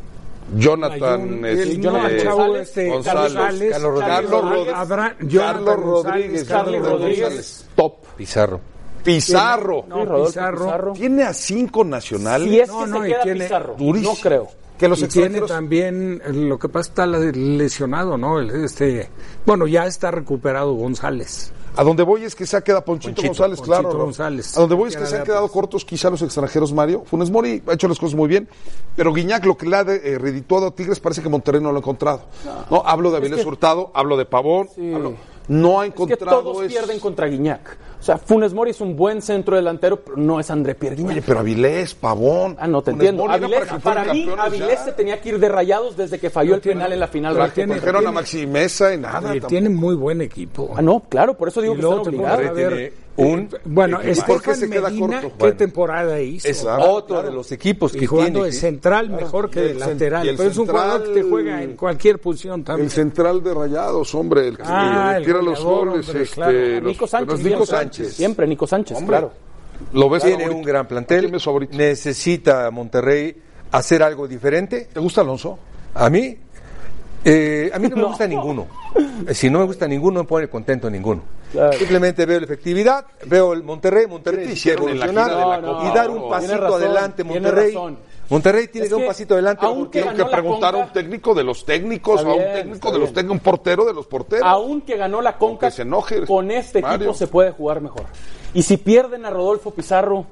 Speaker 8: Jonathan
Speaker 10: Ayun,
Speaker 8: este,
Speaker 10: el- no, el chavo este,
Speaker 8: González,
Speaker 10: González,
Speaker 8: Carlos Rodríguez,
Speaker 10: Carlos Rodríguez, Abraham- Jonathan
Speaker 8: Carlos
Speaker 10: González,
Speaker 8: Rodríguez,
Speaker 10: Carlos
Speaker 8: Jonathan
Speaker 10: Rodríguez,
Speaker 8: González.
Speaker 13: top.
Speaker 2: Pizarro.
Speaker 8: Pizarro.
Speaker 10: No, Sí, Rodolfo Pizarro.
Speaker 8: Tiene a cinco nacionales.
Speaker 10: Si es que No, se no, y queda tiene- Pizarro,
Speaker 8: Durísimo.
Speaker 10: no creo.
Speaker 8: Que los
Speaker 10: y tiene
Speaker 8: extranjeros-
Speaker 10: también, eh, lo que pasa está la- lesionado, ¿no? El- Este, bueno, ya está recuperado González.
Speaker 8: A donde voy es que se ha quedado Ponchito,
Speaker 10: Ponchito,
Speaker 8: González,
Speaker 10: Ponchito
Speaker 8: claro. Rafa.
Speaker 10: González.
Speaker 8: A donde voy es
Speaker 10: Era
Speaker 8: que se
Speaker 10: de
Speaker 8: han quedado cortos quizá los extranjeros, Mario. Funes Mori ha hecho las cosas muy bien, pero Guiñac lo que le ha de- eh, redituado a Tigres parece que Monterrey no lo ha encontrado. No, hablo de Avilés Hurtado, hablo de Pavón, hablo- no ha
Speaker 13: que
Speaker 8: encontrado
Speaker 13: todos
Speaker 8: eso.
Speaker 13: pierden contra Guiñac. O sea, Funes Mori es un buen centro delantero, pero no es André Pierre Guiñac.
Speaker 8: Pero Avilés, Pavón.
Speaker 13: Ah, no te
Speaker 8: Funes
Speaker 13: entiendo.
Speaker 8: Mori, era
Speaker 13: Avilés-
Speaker 8: para que fueran
Speaker 13: para mí,
Speaker 8: campeones ya.
Speaker 13: Avilés se tenía que ir de rayados desde que falló el penal en la final.
Speaker 8: Traje-
Speaker 13: del Clásico contra
Speaker 8: trajeron a
Speaker 13: Tigres.
Speaker 8: Maxi Mesa y nada.
Speaker 10: Eh,
Speaker 8: Ah, tampoco.
Speaker 10: tiene muy buen equipo.
Speaker 13: Ah, no, claro, por eso digo
Speaker 10: Y
Speaker 13: que
Speaker 10: luego
Speaker 13: están
Speaker 10: te
Speaker 13: obligados.
Speaker 10: pones a ver,
Speaker 13: Monterrey
Speaker 2: un
Speaker 10: eh, bueno,
Speaker 2: equipo.
Speaker 10: Estefan
Speaker 2: ¿Por qué se queda
Speaker 10: Medina,
Speaker 2: corto?
Speaker 10: ¿qué
Speaker 2: Bueno.
Speaker 10: temporada hizo?
Speaker 2: Es
Speaker 10: Claro.
Speaker 2: otro de los equipos
Speaker 10: Y
Speaker 2: que
Speaker 10: jugando
Speaker 2: tiene.
Speaker 10: de central mejor que
Speaker 8: Ah, Y
Speaker 10: de
Speaker 8: el cen- y
Speaker 10: lateral.
Speaker 8: el
Speaker 10: Pero es un
Speaker 8: central-
Speaker 10: jugador que te juega en cualquier posición también.
Speaker 8: El central de Rayados, hombre, el que
Speaker 10: Ah, el
Speaker 8: tira los
Speaker 10: goleador,
Speaker 8: goles.
Speaker 10: hombre,
Speaker 8: este,
Speaker 10: claro.
Speaker 8: los-
Speaker 13: Nico Sánchez.
Speaker 8: pero es Nico
Speaker 13: siempre,
Speaker 8: Sánchez.
Speaker 13: Siempre, Nico Sánchez,
Speaker 8: Hombre.
Speaker 13: claro.
Speaker 8: Lo ves
Speaker 2: Tiene
Speaker 8: favorito.
Speaker 2: un gran plantel. Necesita Monterrey hacer algo diferente.
Speaker 8: ¿Te gusta Alonso?
Speaker 2: A mí, eh, a mí no me gusta ninguno. Eh, Si no me gusta ninguno, no me pone contento ninguno. Simplemente veo la efectividad, veo el Monterrey, Monterrey
Speaker 8: ¿Qué te
Speaker 2: necesita
Speaker 8: hicieron en la
Speaker 2: evolucionar
Speaker 8: gira de la Copa
Speaker 2: y dar
Speaker 8: Oro?
Speaker 2: un
Speaker 8: Tiene
Speaker 2: pasito
Speaker 8: razón,
Speaker 2: adelante
Speaker 8: tiene
Speaker 2: Monterrey.
Speaker 8: razón.
Speaker 2: Monterrey tiene que
Speaker 8: Es
Speaker 2: dar un
Speaker 8: que,
Speaker 2: pasito adelante.
Speaker 8: aunque
Speaker 2: porque-
Speaker 8: ganó la preguntar a un técnico de los técnicos,
Speaker 13: Está
Speaker 8: a un
Speaker 13: bien,
Speaker 8: técnico
Speaker 13: está
Speaker 8: de los
Speaker 13: bien.
Speaker 8: técnicos, un portero de los porteros.
Speaker 13: Aún que ganó la Conca, con este
Speaker 8: Mario.
Speaker 13: equipo se puede jugar mejor. Y si pierden a Rodolfo Pizarro,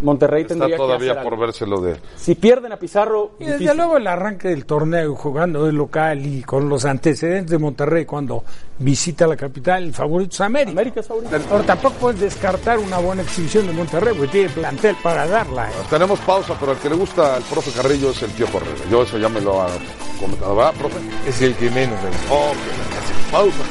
Speaker 13: Monterrey
Speaker 8: Está
Speaker 13: tendría que hacer
Speaker 8: todavía
Speaker 13: algo.
Speaker 8: por verse lo de.
Speaker 13: Si pierden a Pizarro,
Speaker 10: Y desde
Speaker 13: difícil.
Speaker 10: luego el arranque del torneo jugando de local y con los antecedentes de Monterrey cuando visita la capital, el favorito es América.
Speaker 13: América es favorito.
Speaker 10: Ahora tampoco puedes descartar una buena exhibición de Monterrey porque tiene plantel para darla. ¿eh?
Speaker 8: Tenemos pausa, pero al que le gusta al profe Carrillo es el tío Correa. Yo eso ya me lo ha comentado, ¿verdad, profe?
Speaker 2: Es el que menos me gusta.
Speaker 8: Ok, pausa.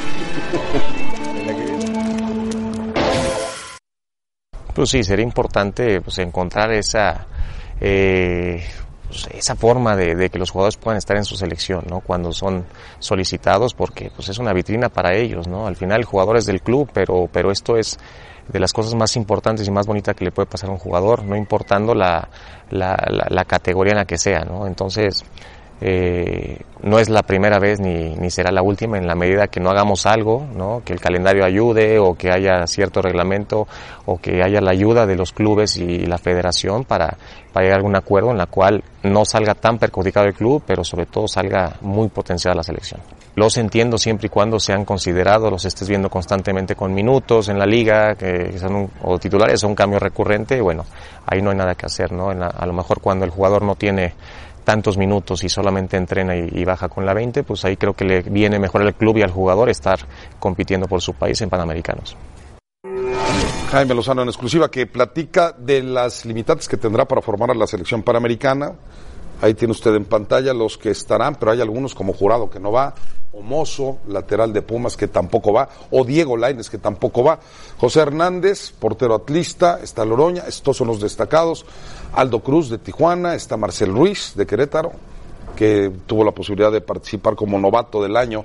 Speaker 18: Pues sí, sería importante pues, encontrar esa, eh, pues, esa forma de, de que los jugadores puedan estar en su selección, ¿no? Cuando son solicitados, porque pues, es una vitrina para ellos, ¿no? Al final el jugador es del club, pero, pero esto es de las cosas más importantes y más bonitas que le puede pasar a un jugador, no importando la, la, la- la categoría en la que sea, ¿no? Entonces,
Speaker 5: Eh, no es la primera vez ni, ni será la última en la medida que no hagamos algo, ¿no? que el calendario ayude o que haya cierto reglamento o que haya la ayuda de los clubes y la federación para, para llegar a algún acuerdo en la cual no salga tan perjudicado el club, pero sobre todo salga muy potenciada la selección. Los entiendo siempre y cuando sean considerados, los estés viendo constantemente con minutos en la liga, que son un- o titulares o un cambio recurrente, bueno, ahí no hay nada que hacer, ¿no? En la- a lo mejor cuando el jugador no tiene tantos minutos y solamente entrena y, y baja con la 20, pues ahí creo que le viene mejor al club y al jugador estar compitiendo por su país en Panamericanos.
Speaker 8: Jaime Lozano en exclusiva que platica de las limitantes que tendrá para formar a la selección panamericana. Ahí tiene usted en pantalla los que estarán, pero hay algunos como Jurado que no va, o Mozo, lateral de Pumas que tampoco va, o Diego Laines que tampoco va, José Hernández, portero atlista, está Loroña, estos son los destacados, Aldo Cruz de Tijuana, está Marcel Ruiz de Querétaro, que tuvo la posibilidad de participar como novato del año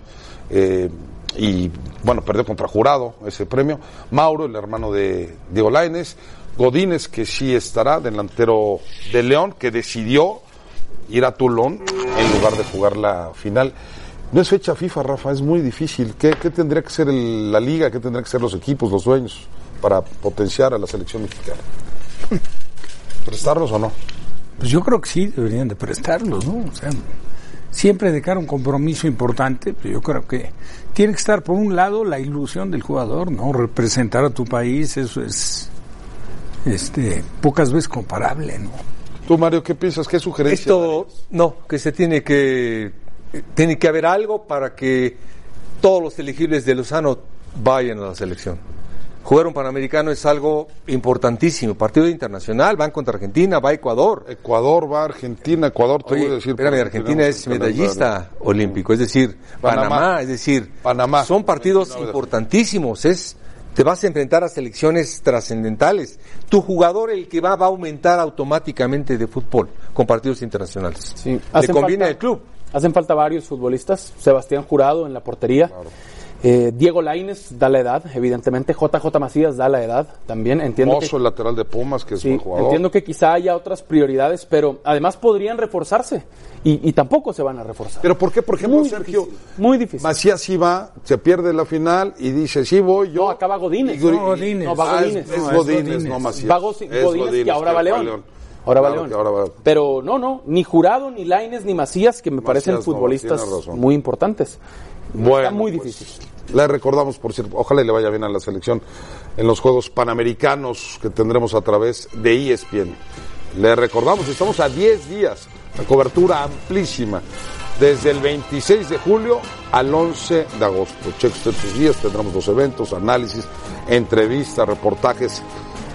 Speaker 8: eh, y bueno, perdió contra jurado ese premio. Mauro, el hermano de Diego Laines. Godínez, que sí estará, delantero de León, que decidió ir a Tulón en lugar de jugar la final. No es fecha FIFA, Rafa, es muy difícil. ¿Qué, qué tendría que ser el- la liga? ¿Qué tendría que ser los equipos, los dueños, para potenciar a la selección mexicana? ¿Prestarlos o no?
Speaker 10: Pues yo creo que sí deberían de prestarlos, ¿no? O sea, siempre de cara a un compromiso importante, pero yo creo que tiene que estar por un lado la ilusión del jugador, ¿no? Representar a tu país, eso es este pocas veces comparable, ¿no?
Speaker 8: Tú, Mario, ¿qué piensas? ¿Qué sugerencia?
Speaker 6: Esto, no, que se tiene que, tiene que haber algo para que todos los elegibles de Lozano vayan a la selección. Jugar un Panamericano es algo importantísimo. Partido internacional, van contra Argentina, va Ecuador.
Speaker 8: Ecuador va Argentina, Ecuador te
Speaker 6: Oye,
Speaker 8: voy a decir.
Speaker 6: espérame,
Speaker 8: porque
Speaker 6: Argentina
Speaker 8: tenemos
Speaker 6: es
Speaker 8: el calendario.
Speaker 6: medallista olímpico, es decir, Panamá,
Speaker 8: Panamá,
Speaker 6: es decir, Panamá. Son partidos importantísimos, es te vas a enfrentar a selecciones trascendentales. Tu jugador el que va va a aumentar automáticamente de fútbol con partidos internacionales. Te
Speaker 2: Hacen
Speaker 6: conviene
Speaker 2: falta-
Speaker 6: el club.
Speaker 2: Hacen falta varios futbolistas. Sebastián Jurado en la portería. Eh, Diego Laines da la edad, evidentemente. JJ Macías da la edad también. Entiendo
Speaker 8: Mozo,
Speaker 2: que,
Speaker 8: el lateral de Pumas, que es
Speaker 2: sí,
Speaker 8: buen jugador.
Speaker 2: entiendo que quizá haya otras prioridades, pero además podrían reforzarse. Y, y tampoco se van a reforzar.
Speaker 8: Pero ¿por qué, por ejemplo, Sergio?
Speaker 2: muy difícil.
Speaker 8: Macías sí va, se pierde la final y dice, sí voy yo. No,
Speaker 2: acaba Godínez.
Speaker 8: No,
Speaker 2: No, Godínez. No, va Godínez.
Speaker 8: Es, es
Speaker 2: No, es
Speaker 8: Godínez,
Speaker 2: Godínez.
Speaker 8: no Macías.
Speaker 2: Va Gosi-
Speaker 8: Es
Speaker 2: Godínez, que ahora va León. Ahora va León.
Speaker 8: que ahora va-
Speaker 2: Pero no, no, ni Jurado, ni Laines, ni Macías, que me parecen
Speaker 8: Macías no,
Speaker 2: futbolistas
Speaker 8: tienes razón.
Speaker 2: muy importantes.
Speaker 8: Bueno,
Speaker 2: Está muy difícil.
Speaker 8: La recordamos, por cierto. Ojalá y le vaya bien a la selección en los Juegos Panamericanos que tendremos a través de E ESPN. Le recordamos, estamos a 10 días, la cobertura amplísima, desde el 26 de julio al 11 de agosto. Cheque usted sus días, tendremos dos eventos, análisis, entrevistas, reportajes,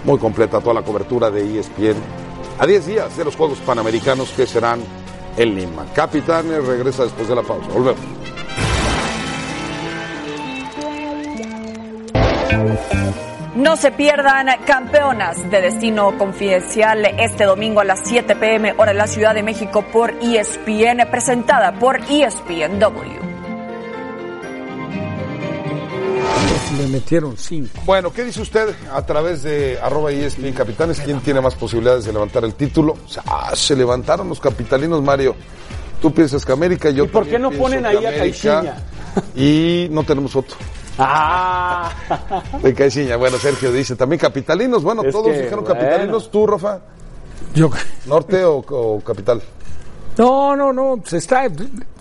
Speaker 8: muy completa toda la cobertura de E ESPN. A 10 días de los Juegos Panamericanos que serán en Lima. Capitanes regresa después de la pausa. Volvemos.
Speaker 19: No se pierdan Campeonas de Destino Confidencial este domingo a las 7 pm hora de la Ciudad de México por ESPN, presentada por ESPNW.
Speaker 10: Le metieron cinco.
Speaker 8: Bueno, ¿qué dice usted a través de arroba ESPN Capitanes? ¿Quién tiene más posibilidades de levantar el título? O sea, ah, se levantaron los capitalinos, Mario. Tú piensas que América, yo ¿Y
Speaker 2: ¿Por qué no ponen ahí a Caixinha?
Speaker 8: Y no tenemos otro.
Speaker 2: Ah,
Speaker 8: De Caixinha. Bueno, Sergio dice también capitalinos. Bueno,
Speaker 2: Es
Speaker 8: todos
Speaker 2: que,
Speaker 8: dijeron
Speaker 2: bueno.
Speaker 8: capitalinos. ¿Tú, Rafa?
Speaker 10: Yo.
Speaker 8: ¿Norte o, o capital?
Speaker 10: No, no, no, se está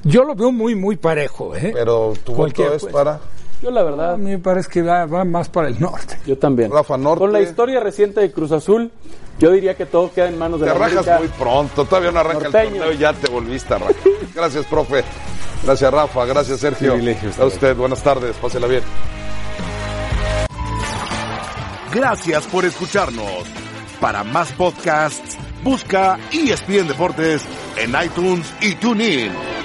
Speaker 10: yo lo veo muy muy parejo, ¿eh?
Speaker 8: Pero tu
Speaker 10: Cualquier,
Speaker 8: voto es
Speaker 10: pues.
Speaker 8: para...
Speaker 2: yo la verdad. A
Speaker 10: mí me parece que va, va más para el norte.
Speaker 2: Yo también.
Speaker 8: Rafa Norte.
Speaker 2: Con la historia reciente de Cruz Azul, yo diría que todo queda en manos de
Speaker 8: Te
Speaker 2: la
Speaker 8: rajas
Speaker 2: América.
Speaker 8: muy pronto, todavía no arranca el
Speaker 2: Norteño.
Speaker 8: torneo y ya te volviste a rajar. Gracias, profe. Gracias, Rafa. Gracias, Sergio. A usted, buenas tardes. Pásela bien.
Speaker 1: Gracias por escucharnos. Para más podcasts, busca ESPN Deportes en iTunes y TuneIn.